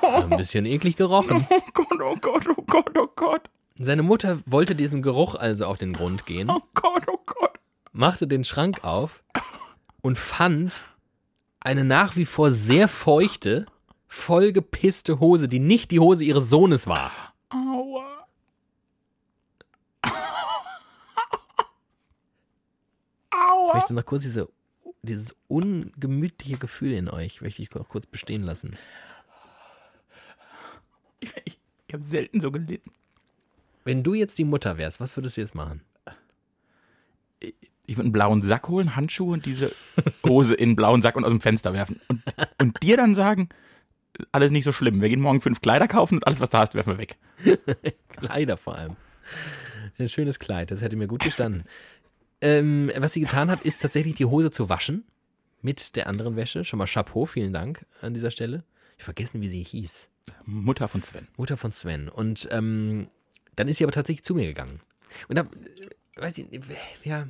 Hat Ein bisschen eklig gerochen. Oh Gott, oh Gott, oh Gott, oh Gott. Seine Mutter wollte diesem Geruch also auf den Grund gehen, Oh Gott, oh Gott. machte den Schrank auf und fand eine nach wie vor sehr feuchte, vollgepisste Hose, die nicht die Hose ihres Sohnes war. Aua. Ich Aua. möchte noch kurz diese, dieses ungemütliche Gefühl in euch, möchte ich noch kurz bestehen lassen. Ich, ich, ich habe selten so gelitten. Wenn du jetzt die Mutter wärst, was würdest du jetzt machen? Ich würde einen blauen Sack holen, Handschuhe und diese Hose in einen blauen Sack und aus dem Fenster werfen. Und, und dir dann sagen, alles nicht so schlimm. Wir gehen morgen fünf Kleider kaufen und alles, was da hast, werfen wir weg. Kleider vor allem. Ein schönes Kleid, das hätte mir gut gestanden. ähm, was sie getan hat, ist tatsächlich die Hose zu waschen mit der anderen Wäsche. Schon mal Chapeau, vielen Dank an dieser Stelle. Ich hab vergessen, wie sie hieß. Mutter von Sven. Mutter von Sven. Und ähm, dann ist sie aber tatsächlich zu mir gegangen. Und da, äh, weiß ich, nicht, äh, ja,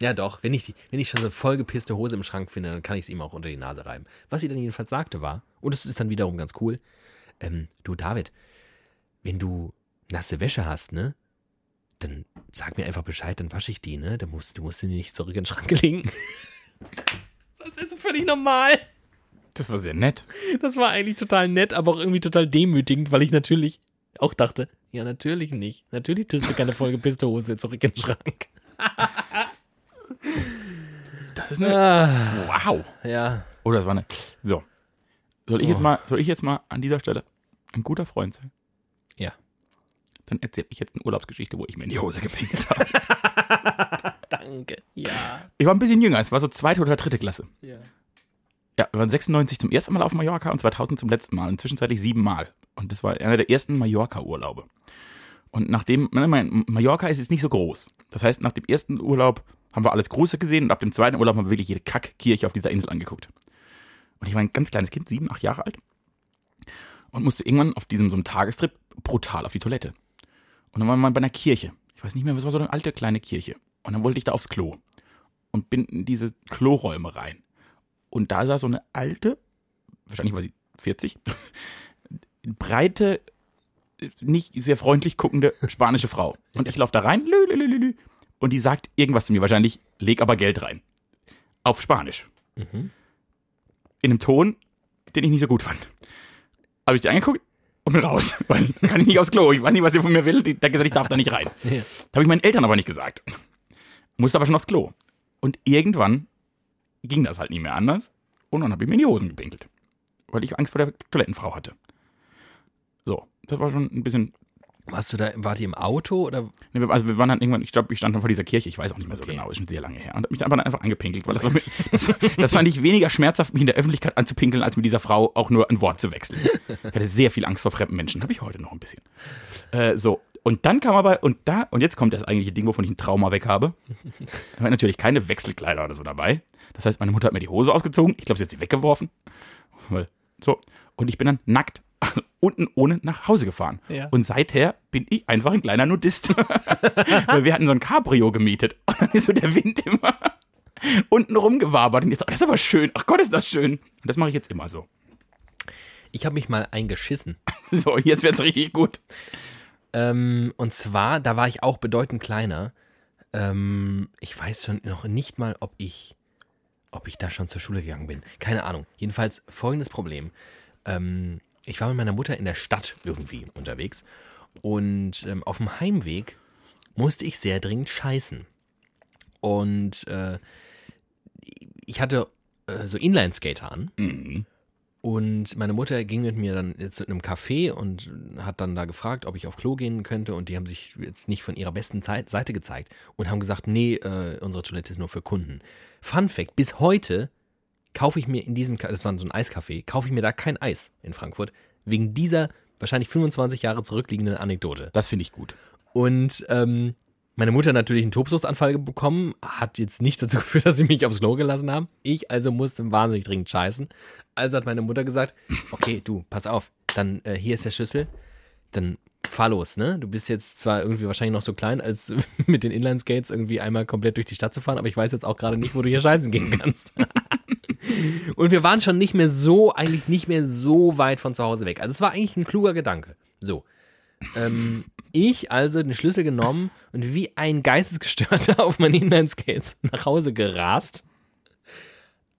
ja doch, wenn ich, die- wenn ich schon so eine vollgepisste Hose im Schrank finde, dann kann ich es ihm auch unter die Nase reiben. Was sie dann jedenfalls sagte war, und es ist dann wiederum ganz cool, ähm, du David, wenn du nasse Wäsche hast, ne, dann sag mir einfach Bescheid, dann wasche ich die, ne, dann musst, du musst sie nicht zurück in den Schrank legen. Sonst ist es völlig normal. Das war sehr nett. Das war eigentlich total nett, aber auch irgendwie total demütigend, weil ich natürlich auch dachte, ja, natürlich nicht. Natürlich tust du keine vollgepisste Hose zurück in den Schrank. Das ist eine. Ah, Wow. ja. Oh, das war eine. So. Soll ich, jetzt mal, soll ich jetzt mal an dieser Stelle ein guter Freund sein? Ja. Dann erzähle ich jetzt eine Urlaubsgeschichte, wo ich mir in die Hose gepinkelt habe. Danke. Ja. Ich war ein bisschen jünger, es war so zweite oder dritte Klasse. ja. Ja, wir waren 96 zum ersten Mal auf Mallorca und 2000 zum letzten Mal und zwischenzeitlich siebenmal. Und das war einer der ersten Mallorca-Urlaube. Und nachdem, nein, nein, Mallorca ist jetzt nicht so groß. Das heißt, nach dem ersten Urlaub haben wir alles Große gesehen und ab dem zweiten Urlaub haben wir wirklich jede Kackkirche auf dieser Insel angeguckt. Und ich war ein ganz kleines Kind, sieben, acht Jahre alt. Und musste irgendwann auf diesem so einem Tagestrip brutal auf die Toilette. Und dann waren wir mal bei einer Kirche. Ich weiß nicht mehr, was war so eine alte kleine Kirche. Und dann wollte ich da aufs Klo. Und bin in diese Kloräume rein. Und da saß so eine alte, wahrscheinlich war sie 40, breite, nicht sehr freundlich guckende spanische Frau. Und ich laufe da rein, lü, lü, lü, lü, lü, und die sagt irgendwas zu mir, wahrscheinlich, leg aber Geld rein. Auf Spanisch. In einem Ton, den ich nicht so gut fand. Habe ich die angeguckt und bin raus, weil da kann ich nicht aufs Klo. Ich weiß nicht, was ihr von mir will. Die hat gesagt, ich darf da nicht rein. Ja. Habe ich meinen Eltern aber nicht gesagt. Musste aber schon aufs Klo. Und irgendwann ging das halt nicht mehr anders. Und dann habe ich mir in die Hosen gepinkelt. Weil ich Angst vor der Toilettenfrau hatte. So, das war schon ein bisschen. Warst du da, war die im Auto oder? ne, wir- Also wir waren dann irgendwann, ich glaube, ich stand dann vor dieser Kirche, ich weiß auch nicht mehr so Okay. genau, ist schon sehr lange her. Und habe mich dann einfach, einfach angepinkelt, weil das war, mir, das, das fand ich weniger schmerzhaft, mich in der Öffentlichkeit anzupinkeln, als mit dieser Frau auch nur ein Wort zu wechseln. Ich hatte sehr viel Angst vor fremden Menschen, habe ich heute noch ein bisschen. Äh, so, und dann kam aber, und da, und jetzt kommt das eigentliche Ding, wovon ich ein Trauma weg habe. Da waren natürlich keine Wechselkleider oder so dabei. Das heißt, meine Mutter hat mir die Hose ausgezogen. Ich glaube, sie hat sie weggeworfen. Weil, so. Und ich bin dann nackt, also unten ohne, nach Hause gefahren. Ja. Und seither bin ich einfach ein kleiner Nudist. Weil wir hatten so ein Cabrio gemietet. Und dann ist so der Wind immer unten rumgewabert. Und jetzt, oh, das ist aber schön. Ach Gott, ist das schön. Und das mache ich jetzt immer so. Ich habe mich mal eingeschissen. So, und jetzt wird's richtig gut. Ähm, und zwar, da war ich auch bedeutend kleiner. Ähm, ich weiß schon noch nicht mal, ob ich, ob ich da schon zur Schule gegangen bin. Keine Ahnung. Jedenfalls folgendes Problem. Ähm, ich war mit meiner Mutter in der Stadt irgendwie unterwegs und ähm, auf dem Heimweg musste ich sehr dringend scheißen. Und äh, ich hatte äh, so Inline-Skater an Und meine Mutter ging mit mir dann jetzt zu einem Café und hat dann da gefragt, ob ich auf Klo gehen könnte. Und die haben sich jetzt nicht von ihrer besten Zeit, Seite gezeigt und haben gesagt, nee, äh, unsere Toilette ist nur für Kunden. Fun Fact, bis heute kaufe ich mir in diesem, Ka- das war so ein Eiscafé, kaufe ich mir da kein Eis in Frankfurt, wegen dieser wahrscheinlich 25 Jahre zurückliegenden Anekdote. Das finde ich gut. Und ähm, meine Mutter hat natürlich einen Tobsuchtanfall bekommen, hat jetzt nicht dazu geführt, dass sie mich aufs Klo gelassen haben. Ich also musste wahnsinnig dringend scheißen. Also hat meine Mutter gesagt, okay, du, pass auf, dann äh, hier ist der Schlüssel, dann fahr los, ne? Du bist jetzt zwar irgendwie wahrscheinlich noch so klein, als mit den Inlineskates irgendwie einmal komplett durch die Stadt zu fahren, aber ich weiß jetzt auch gerade nicht, wo du hier scheißen gehen kannst. Und wir waren schon nicht mehr so, eigentlich nicht mehr so weit von zu Hause weg. Also es war eigentlich ein kluger Gedanke. So. Ähm, ich also den Schlüssel genommen und wie ein Geistesgestörter auf meine Inline-Skates nach Hause gerast.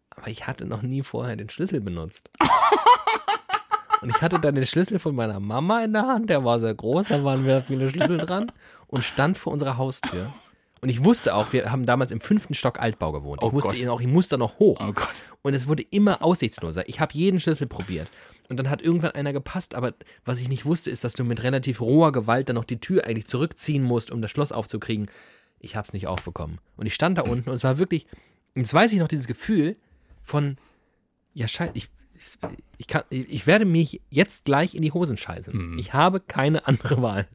Aber ich hatte noch nie vorher den Schlüssel benutzt. Und ich hatte dann den Schlüssel von meiner Mama in der Hand, der war sehr groß, da waren sehr viele Schlüssel dran und stand vor unserer Haustür. Und ich wusste auch, wir haben damals im fünften Stock Altbau gewohnt. Ich Oh wusste Gott. ihn auch, ich muss da noch hoch. Oh Gott. Und es wurde immer aussichtsloser. Ich habe jeden Schlüssel probiert. Und dann hat irgendwann einer gepasst, aber was ich nicht wusste, ist, dass du mit relativ roher Gewalt dann noch die Tür eigentlich zurückziehen musst, um das Schloss aufzukriegen. Ich habe es nicht aufbekommen. Und ich stand da unten und es war wirklich, und jetzt weiß ich noch dieses Gefühl von, ja, scheiße, ich, ich, ich, kann, ich ich werde mich jetzt gleich in die Hosen scheißen. Mhm. Ich habe keine andere Wahl.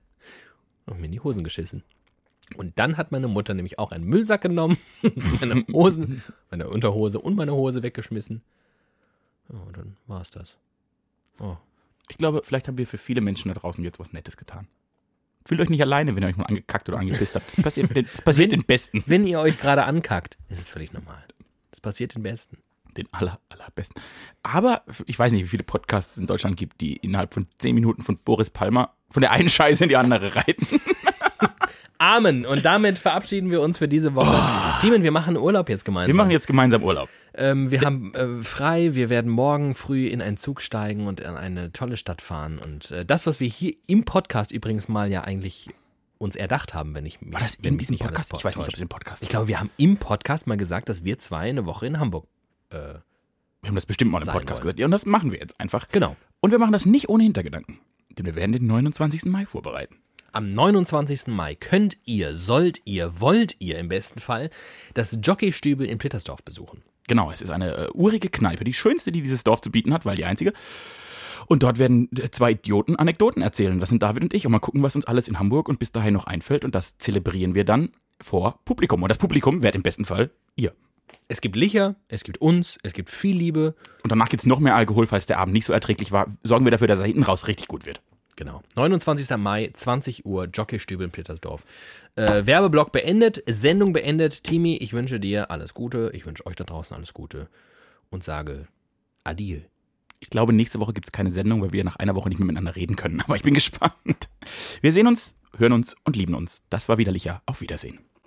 Und mir in die Hosen geschissen. Und dann hat meine Mutter nämlich auch einen Müllsack genommen, meine Hosen, meine Unterhose und meine Hose weggeschmissen. Ja, und dann war es das. Oh. Ich glaube, vielleicht haben wir für viele Menschen da draußen jetzt was Nettes getan. Fühlt euch nicht alleine, wenn ihr euch mal angekackt oder angepisst habt. Das passiert, den, das passiert den Besten. Wenn ihr euch gerade ankackt, ist es völlig normal. Das passiert den Besten. Den aller, allerbesten. Aber ich weiß nicht, wie viele Podcasts es in Deutschland gibt, die innerhalb von zehn Minuten von Boris Palmer von der einen Scheiße in die andere reiten. Amen. Und damit verabschieden wir uns für diese Woche. Timon, wir machen Urlaub jetzt gemeinsam. Oh. Wir machen jetzt gemeinsam Urlaub. ähm, wir haben äh, frei, wir werden morgen früh in einen Zug steigen und in eine tolle Stadt fahren. Und äh, das, was wir hier im Podcast übrigens mal ja eigentlich uns erdacht haben, wenn ich mich War das wenn in mich diesem nicht alles Podcast? Ich weiß nicht, ob täuscht. es im Podcast Ich ist. glaube, wir haben im Podcast mal gesagt, dass wir zwei eine Woche in Hamburg. Äh, Wir haben das bestimmt mal im Sein Podcast wollen. gesagt. Ja, und das machen wir jetzt einfach. genau. Und wir machen das nicht ohne Hintergedanken. Denn wir werden den 29. Mai vorbereiten. Am 29. Mai könnt ihr, sollt ihr, wollt ihr im besten Fall das Jockeystübel in Plittersdorf besuchen. Genau, es ist eine äh, urige Kneipe, die schönste, die dieses Dorf zu bieten hat, weil die einzige. Und dort werden äh, zwei Idioten Anekdoten erzählen. Das sind David und ich. Und mal gucken, was uns alles in Hamburg und bis dahin noch einfällt. Und das zelebrieren wir dann vor Publikum. Und das Publikum wird im besten Fall ihr. Es gibt Licher, es gibt uns, es gibt viel Liebe. Und danach gibt's noch mehr Alkohol, falls der Abend nicht so erträglich war. Sorgen wir dafür, dass er hinten raus richtig gut wird. Genau. 29. Mai, 20 Uhr, Jockeystübel in Plittersdorf. Äh, Werbeblock beendet, Sendung beendet. Timi, ich wünsche dir alles Gute, ich wünsche euch da draußen alles Gute und sage Adieu. Ich glaube, nächste Woche gibt's keine Sendung, weil wir nach einer Woche nicht mehr miteinander reden können. Aber ich bin gespannt. Wir sehen uns, hören uns und lieben uns. Das war Widerlicher. Auf Wiedersehen.